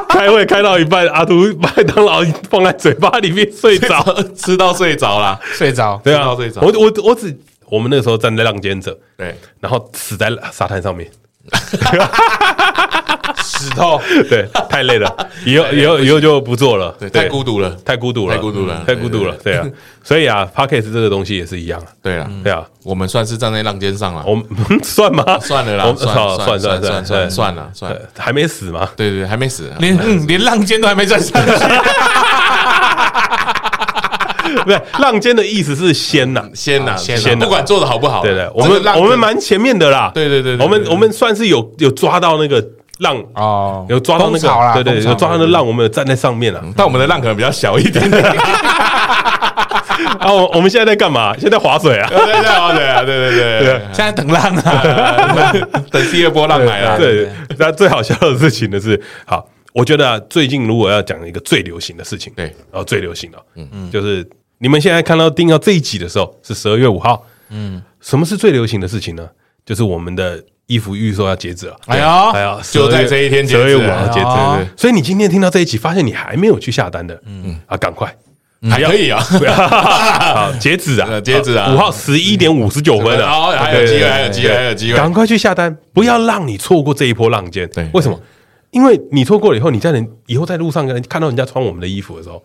开会开到一半，阿秃 麦当劳放在嘴巴里面睡着，
吃到睡着啦。
睡着。
对啊，
到最早
我我我只我们那个时候站在浪尖者，
对，
然后死在沙滩上面，
石头，
对，太累了，以后以后以后就不做了，
对，太孤独了。
太孤独了，
太孤独了
太孤独了，对啊，所以啊 p a c k a g e 这个东西也是一样啊，
对了，
对啊，
我们算是站在浪尖上了。
我们 算吗？
算了啦
我们
算
哦好算
算
算
算算
算
算了算了
对还没死吗？
对对对，还没死。啊
连嗯连浪尖都还没站上去，
不对，浪尖的意思是啊先呐，
先呐，
先
呐
不管做的好不好啦，
对对，我
这个
们
浪
我们蛮前面的啦，
对对对对
我们
对对
我们算是有有抓到那个浪，
哦
有抓到那
风潮啦
个，对对，
风潮
有抓到那个浪，我们有站在上面啊，
但我们的浪可能比较小一 点点。
啊，我我们现在在干嘛？现在划水啊。
对对对对啊对对对对
现在等浪啊，
啊，等第二波浪来 了。
对，那最好笑的事情的是，好，我觉得啊、最近如果要讲一个最流行的事情，
对
然后最流行的，嗯嗯，就是你们现在看到听到这一集的时候是十二月五号，嗯，什么是最流行的事情呢？就是我们的衣服预售要截止了，
哎呦
哎呀，
哦就在这一天截
十
止哦
二月五号截止，
哎呦
对对所以你今天听到这一集，发现你还没有去下单的，嗯啊，赶快。
还可以啊。
不要 好截止啊！
呃截止啊
五号十一点五十九分 啊！
哦，还有机
对对对
会，还有机会，还有机会。
赶快去下单，不要让你错过这一波浪尖。
对
为什么？因为你错过了以后，你在人以后在路上跟人看到人家穿我们的衣服的时候，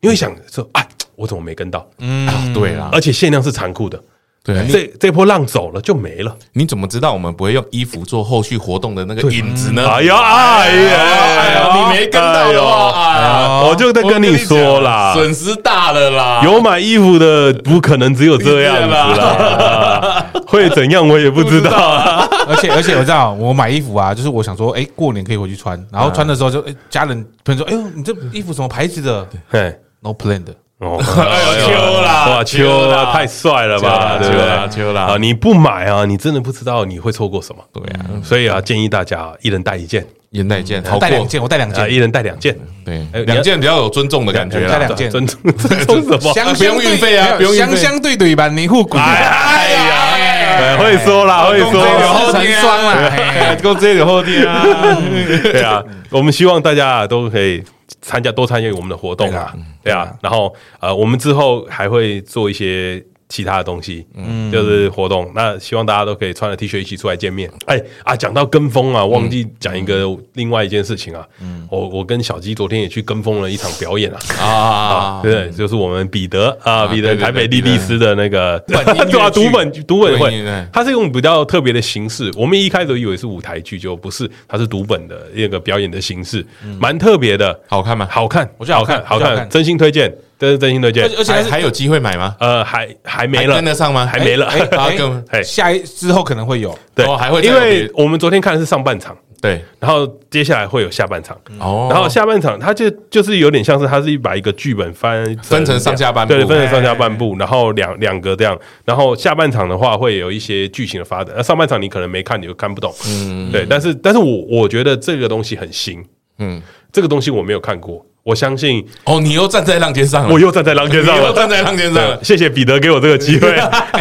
你会想说：“哎，我怎么没跟到？”
啊对啦，
而且限量是残酷的，
对啊，
这这波浪走了就没了。
你怎么知道我们不会用衣服做后续活动的那个引子呢？
哎呀，哎呀，
哎呀，你没跟到的话，哎呀，
我就在
我
跟你
讲
说啦，
损失大了啦。
有买衣服的不可能只有这样子啦， 会怎样我也不知道啊。
而且而且我知道，我买衣服啊，就是我想说，哎，过年可以回去穿，然后穿的时候就，哎，家人朋友说，哎呦，你这衣服什么牌子的
嘿
？No plan 的，
哦，
哎呦秋啦
哇，
秋
秋
啦
啦，太帅了吧，
秋啦
对不对
秋啦秋啦
啊，你不买啊，你真的不知道你会错过什么。
对啊，
所以啊，建议大家啊，一人带一件，
眼袋件好
带两
过，
件，我带两
啊，
件，
一人带两件，
对
哎，
两件比较有尊重的感觉
带
啦。
两件
尊 重尊重什 么？
相
不用运费啊不用运费
相相对对吧？你护骨，
哎呀哎
呀
呀，会说啦，会
啊
公司有
说。
成双啦
啊
哎，够这点后天啊！
对啊，我们希望大家啊都可以参加多参与我们的活动
对
啊
啦，
对啊，然后呃，我们之后还会做一些。其他的东西，嗯，就是活动。那希望大家都可以穿着 T 恤一起出来见面。哎啊，讲到跟风啊，忘记讲一个另外一件事情啊。嗯，我我跟小鸡昨天也去跟风了一场表演啊。
啊，
对，就是我们彼得啊，彼得
对对对
台北莉莉丝的那个，
本音乐
对啊，
剧
读本读本
对对对
会，它是用比较特别的形式。我们一开始以为是舞台剧，就不是，它是读本的那个表演的形式，蛮特别的，
嗯好看吗？
好看，
我觉得好看
好
我觉得
看，
好看
真心推荐，这是真心推荐
而。且而且
还
还是
还有机会买吗？
呃，还还没
还
了
跟，得上吗？
还没了
哎哎
啊
哎
更
嘿
下一之后可能会有，
对
哦，还会再
因
有别
为我们昨天看的是上半场，
对
然后接下来会有下半场。
哦
然后下半场，它就就是有点像是它是一把一个剧本翻
分成上下半部哎
对，分成上下半部，然后两两个这样，然后下半场的话会有一些剧情的发展，那上半场你可能没看你就看不懂，嗯，对，但是但是我我觉得这个东西很新，嗯，这个东西我没有看过，我相信
哦，你又站在浪尖上了，
我又站在浪尖上
嗯你又
了，
站在浪尖上哎
对
了，
谢谢彼得给我这个机 会，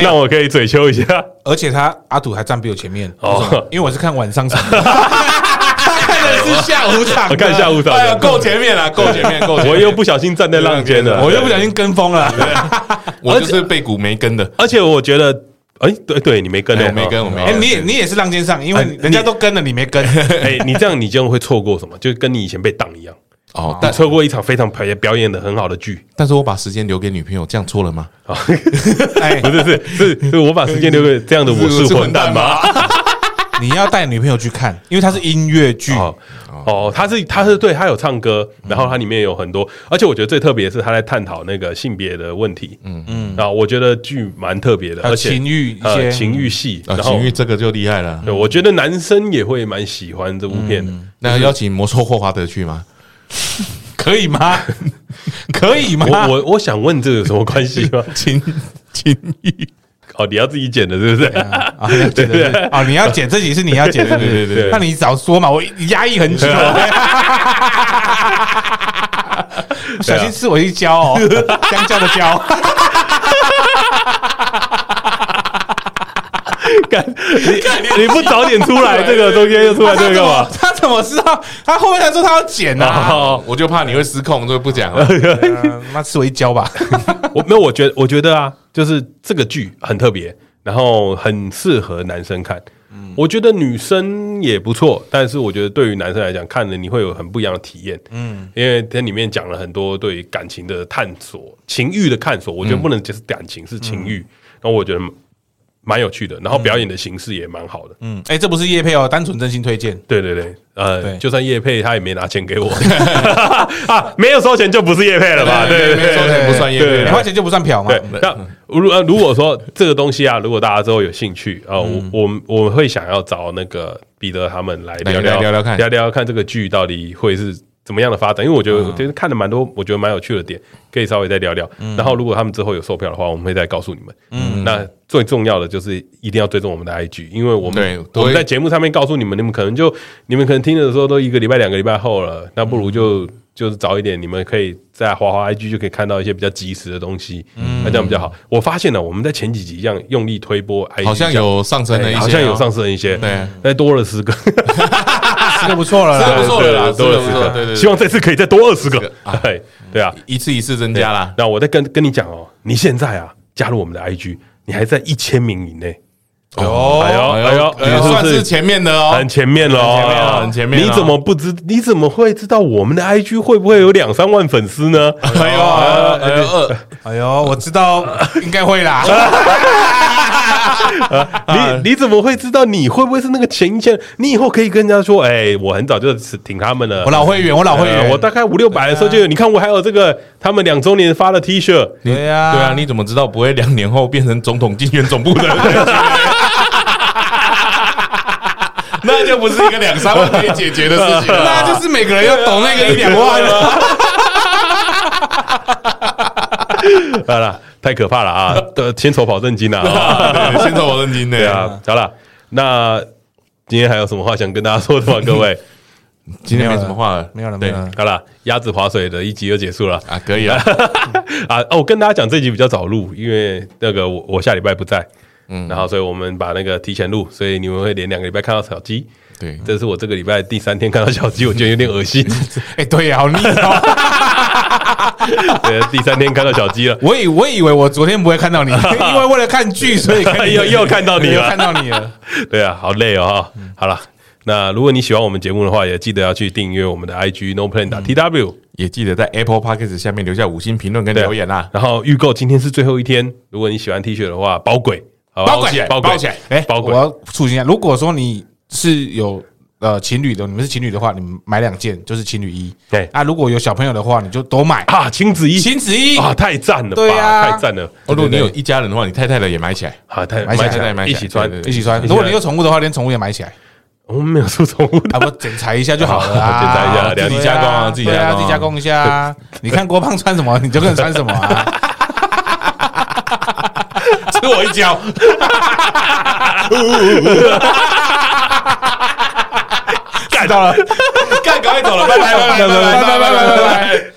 让我可以嘴秋一
哎
下，
而且他阿土还站比我前面，
哦
为什么因为我是看晚上场 的，他看的是下午场的，
我看下午场
哎呀，
的，
够前面了，够前面，够前面。
我又不小心站在浪尖了，
我又不小心跟风了。
我就是被鼓没跟的，
而且我觉得，哎，对对，你没跟
哎
欸，
我没跟，我没
哎，
跟。
你也你也是浪尖上，因为
哎
人家都跟了，你没跟。
哎、你这样你就会错过什么？就跟你以前被挡一样，
哦，但
错过一场非常表演表演的很好的剧
但是我把时间留给女朋友，这样错了吗？
啊！
哎
不，是是是是，我把时间留给这样的我是混蛋吗？
你要带女朋友去看，因为它是音乐剧，
哦哦，他是他是对他有唱歌，然后它里面有很多，而且我觉得最特别的是他在探讨那个性别的问题。嗯嗯，啊，我觉得剧蛮特别的，
还有
而且
情欲一
呃
些
情欲戏，
啊，
然
情
后
欲这个就厉害了。
对我觉得男生也会蛮喜欢这部片的。
那邀请魔兽霍华德去吗？
可 以吗？可以吗？
我我我想问这有什么关系吗？
情情欲，
哦，你要自己剪的，是不是？
啊，对对对，啊，你要剪这集是你要剪，对
对对对
那你早说嘛，我压抑很久。 小心吃我一跤哦，香蕉的蕉。
干你你不早点出 来，哎这个中间又出来这个干 嘛？
他怎么知道？他后面才说他要剪 啊！
哦，
我就怕你会失控，所以不讲了。
嗯妈吃我一跤吧！
我没有，我觉得我觉得啊，就是这个剧很特别，然后很适合男生看。我觉得女生也不错，但是我觉得对于男生来讲，看了你会有很不一样的体验。嗯，因为它里面讲了很多对于感情的探索、情欲的探索，我觉得不能只是感情，是情欲。然后我觉得蛮有趣的，然后表演的形式也蛮好的。
嗯，哎，这不是叶配哦，单纯真心推荐。
对对对，呃，
对
就算叶配，他也没拿钱给我 啊，没有收钱就不是叶配了吧？对对
没
对
收钱不算业
对
配
你
对
啊
花。钱就不算嫖嘛？
对，那如呃如果说这个东西啊，如果大家之后有兴趣啊，
嗯
我我们我们会想要找那个彼得他们来
来
聊聊
聊聊看
聊聊看这个剧到底会是怎么样的发展，因为我觉
嗯
得就是看了蛮多，我觉得蛮有趣的点，可以稍微再聊聊。
嗯
然后如果他们之后有售票的话，我们会再告诉你们。嗯，那最重要的就是一定要追踪我们的 IG，因为我
对
们我们
对
在节目上面告诉你们，你们可能就你们可能听的时候都一个礼拜、两个礼拜后了，那不如就。就是早一点，你们可以在华华 IG 就可以看到一些比较及时的东西，
嗯
那这样比较好。我发现了，啊我们在前几集一样用力推播 IG，
好像有上升的一些，啊
好像有，上升一些，
对，
那多了 十个，
十个不错了
这
啦
个。不错 了啦，
多了
这
十
个不
个
错，，对对，
希望这次可以再多二十个
个，
对对啊，
一次一次增加啦。
那我再跟跟你讲哦，你现在啊加入我们的 IG，你还在一千名以内，
哦
哎呦哎呦，
哎
你
呦算
是不
是
是
前面的哦，
很前面了
很前面
哦
了，很前面了
你怎么不知？你怎么会知道我们的 IG 会不会有两三万粉丝呢？啊
哎呦，哎呦，二
哎呦，我知道，应该会啦。
啊
你你怎么会知道？你会不会是那个前一千？你以后可以跟人家说，哎，我很早就挺他们了
我。老会员，我老会
呃
员，
我大概五六百的时候就
哎
有，你看我还有这个他们两周年发的 T 恤，
对呀，
对啊，你怎么知道不会两年后变成总统竞选总部的人？ 那就不是一个两三万可以解决的事情了。
啊那就是每个人要抖那个一两万啊了。
好了，太可怕了啊！呃先筹保证 金啊。啊
啊对先走我认金
对
的啊，
啊，好了，那今天还有什么话想跟大家说的吗？各位，
今天没什么话了，
没有了，没
对
有了。
好了，鸭子划水的一集又结束了
啊，可以了，
啊！哦，我跟大家讲，这集比较早录，因为那个我我下礼拜不在，嗯，然后所以我们把那个提前录，所以你们会连两个礼拜看到小鸡。
对
这是我这个礼拜第三天看到小鸡，我觉得有点恶 心。
哎，对呀，好腻哦。
对，第三天看到小 鸡了，
我以我以为我昨天不会看到你，因为为了看剧，所以看你
又又看到你了
又看到你了。
对啊，好累哦哈。
嗯
好了，那如果你喜欢我们节目的话，也记得要去订阅我们的 IG No Plan 打 TW。
也记得在 Apple Podcast 下面留下五星评论跟
对啊
嗯留言啊啦。
然后预购今天是最后一天，如果你喜欢 T 恤的话，包鬼，好吧
包
起
鬼
来，
包
包起来
哎，
包鬼
我要促进一下，如果说你是有呃情侣的，你们是情侣的话，你们买两件就是情侣衣。
对
啊，如果有小朋友的话，你就都买
啊，亲子衣
亲子衣。
啊，太赞了吧，
对啊
太赞了
哦，如果你有
对对对
一家人的话，你太太的也买起来。
啊，太
买起来
买
一
起来
起穿
对对，对
一起穿。如果你有宠物的话，连宠物也买起 来，
我们没有出宠物的
啊，不剪裁一下就好了 啊，
剪裁一下
对啊
自己
加工啊自己加工啊
对自己加工一下 啊。你看郭胖穿什么，你就跟着穿什么啊。
吃我一 脚，
看到了，
干，赶快走了，拜拜，拜拜，拜拜，拜拜，拜拜。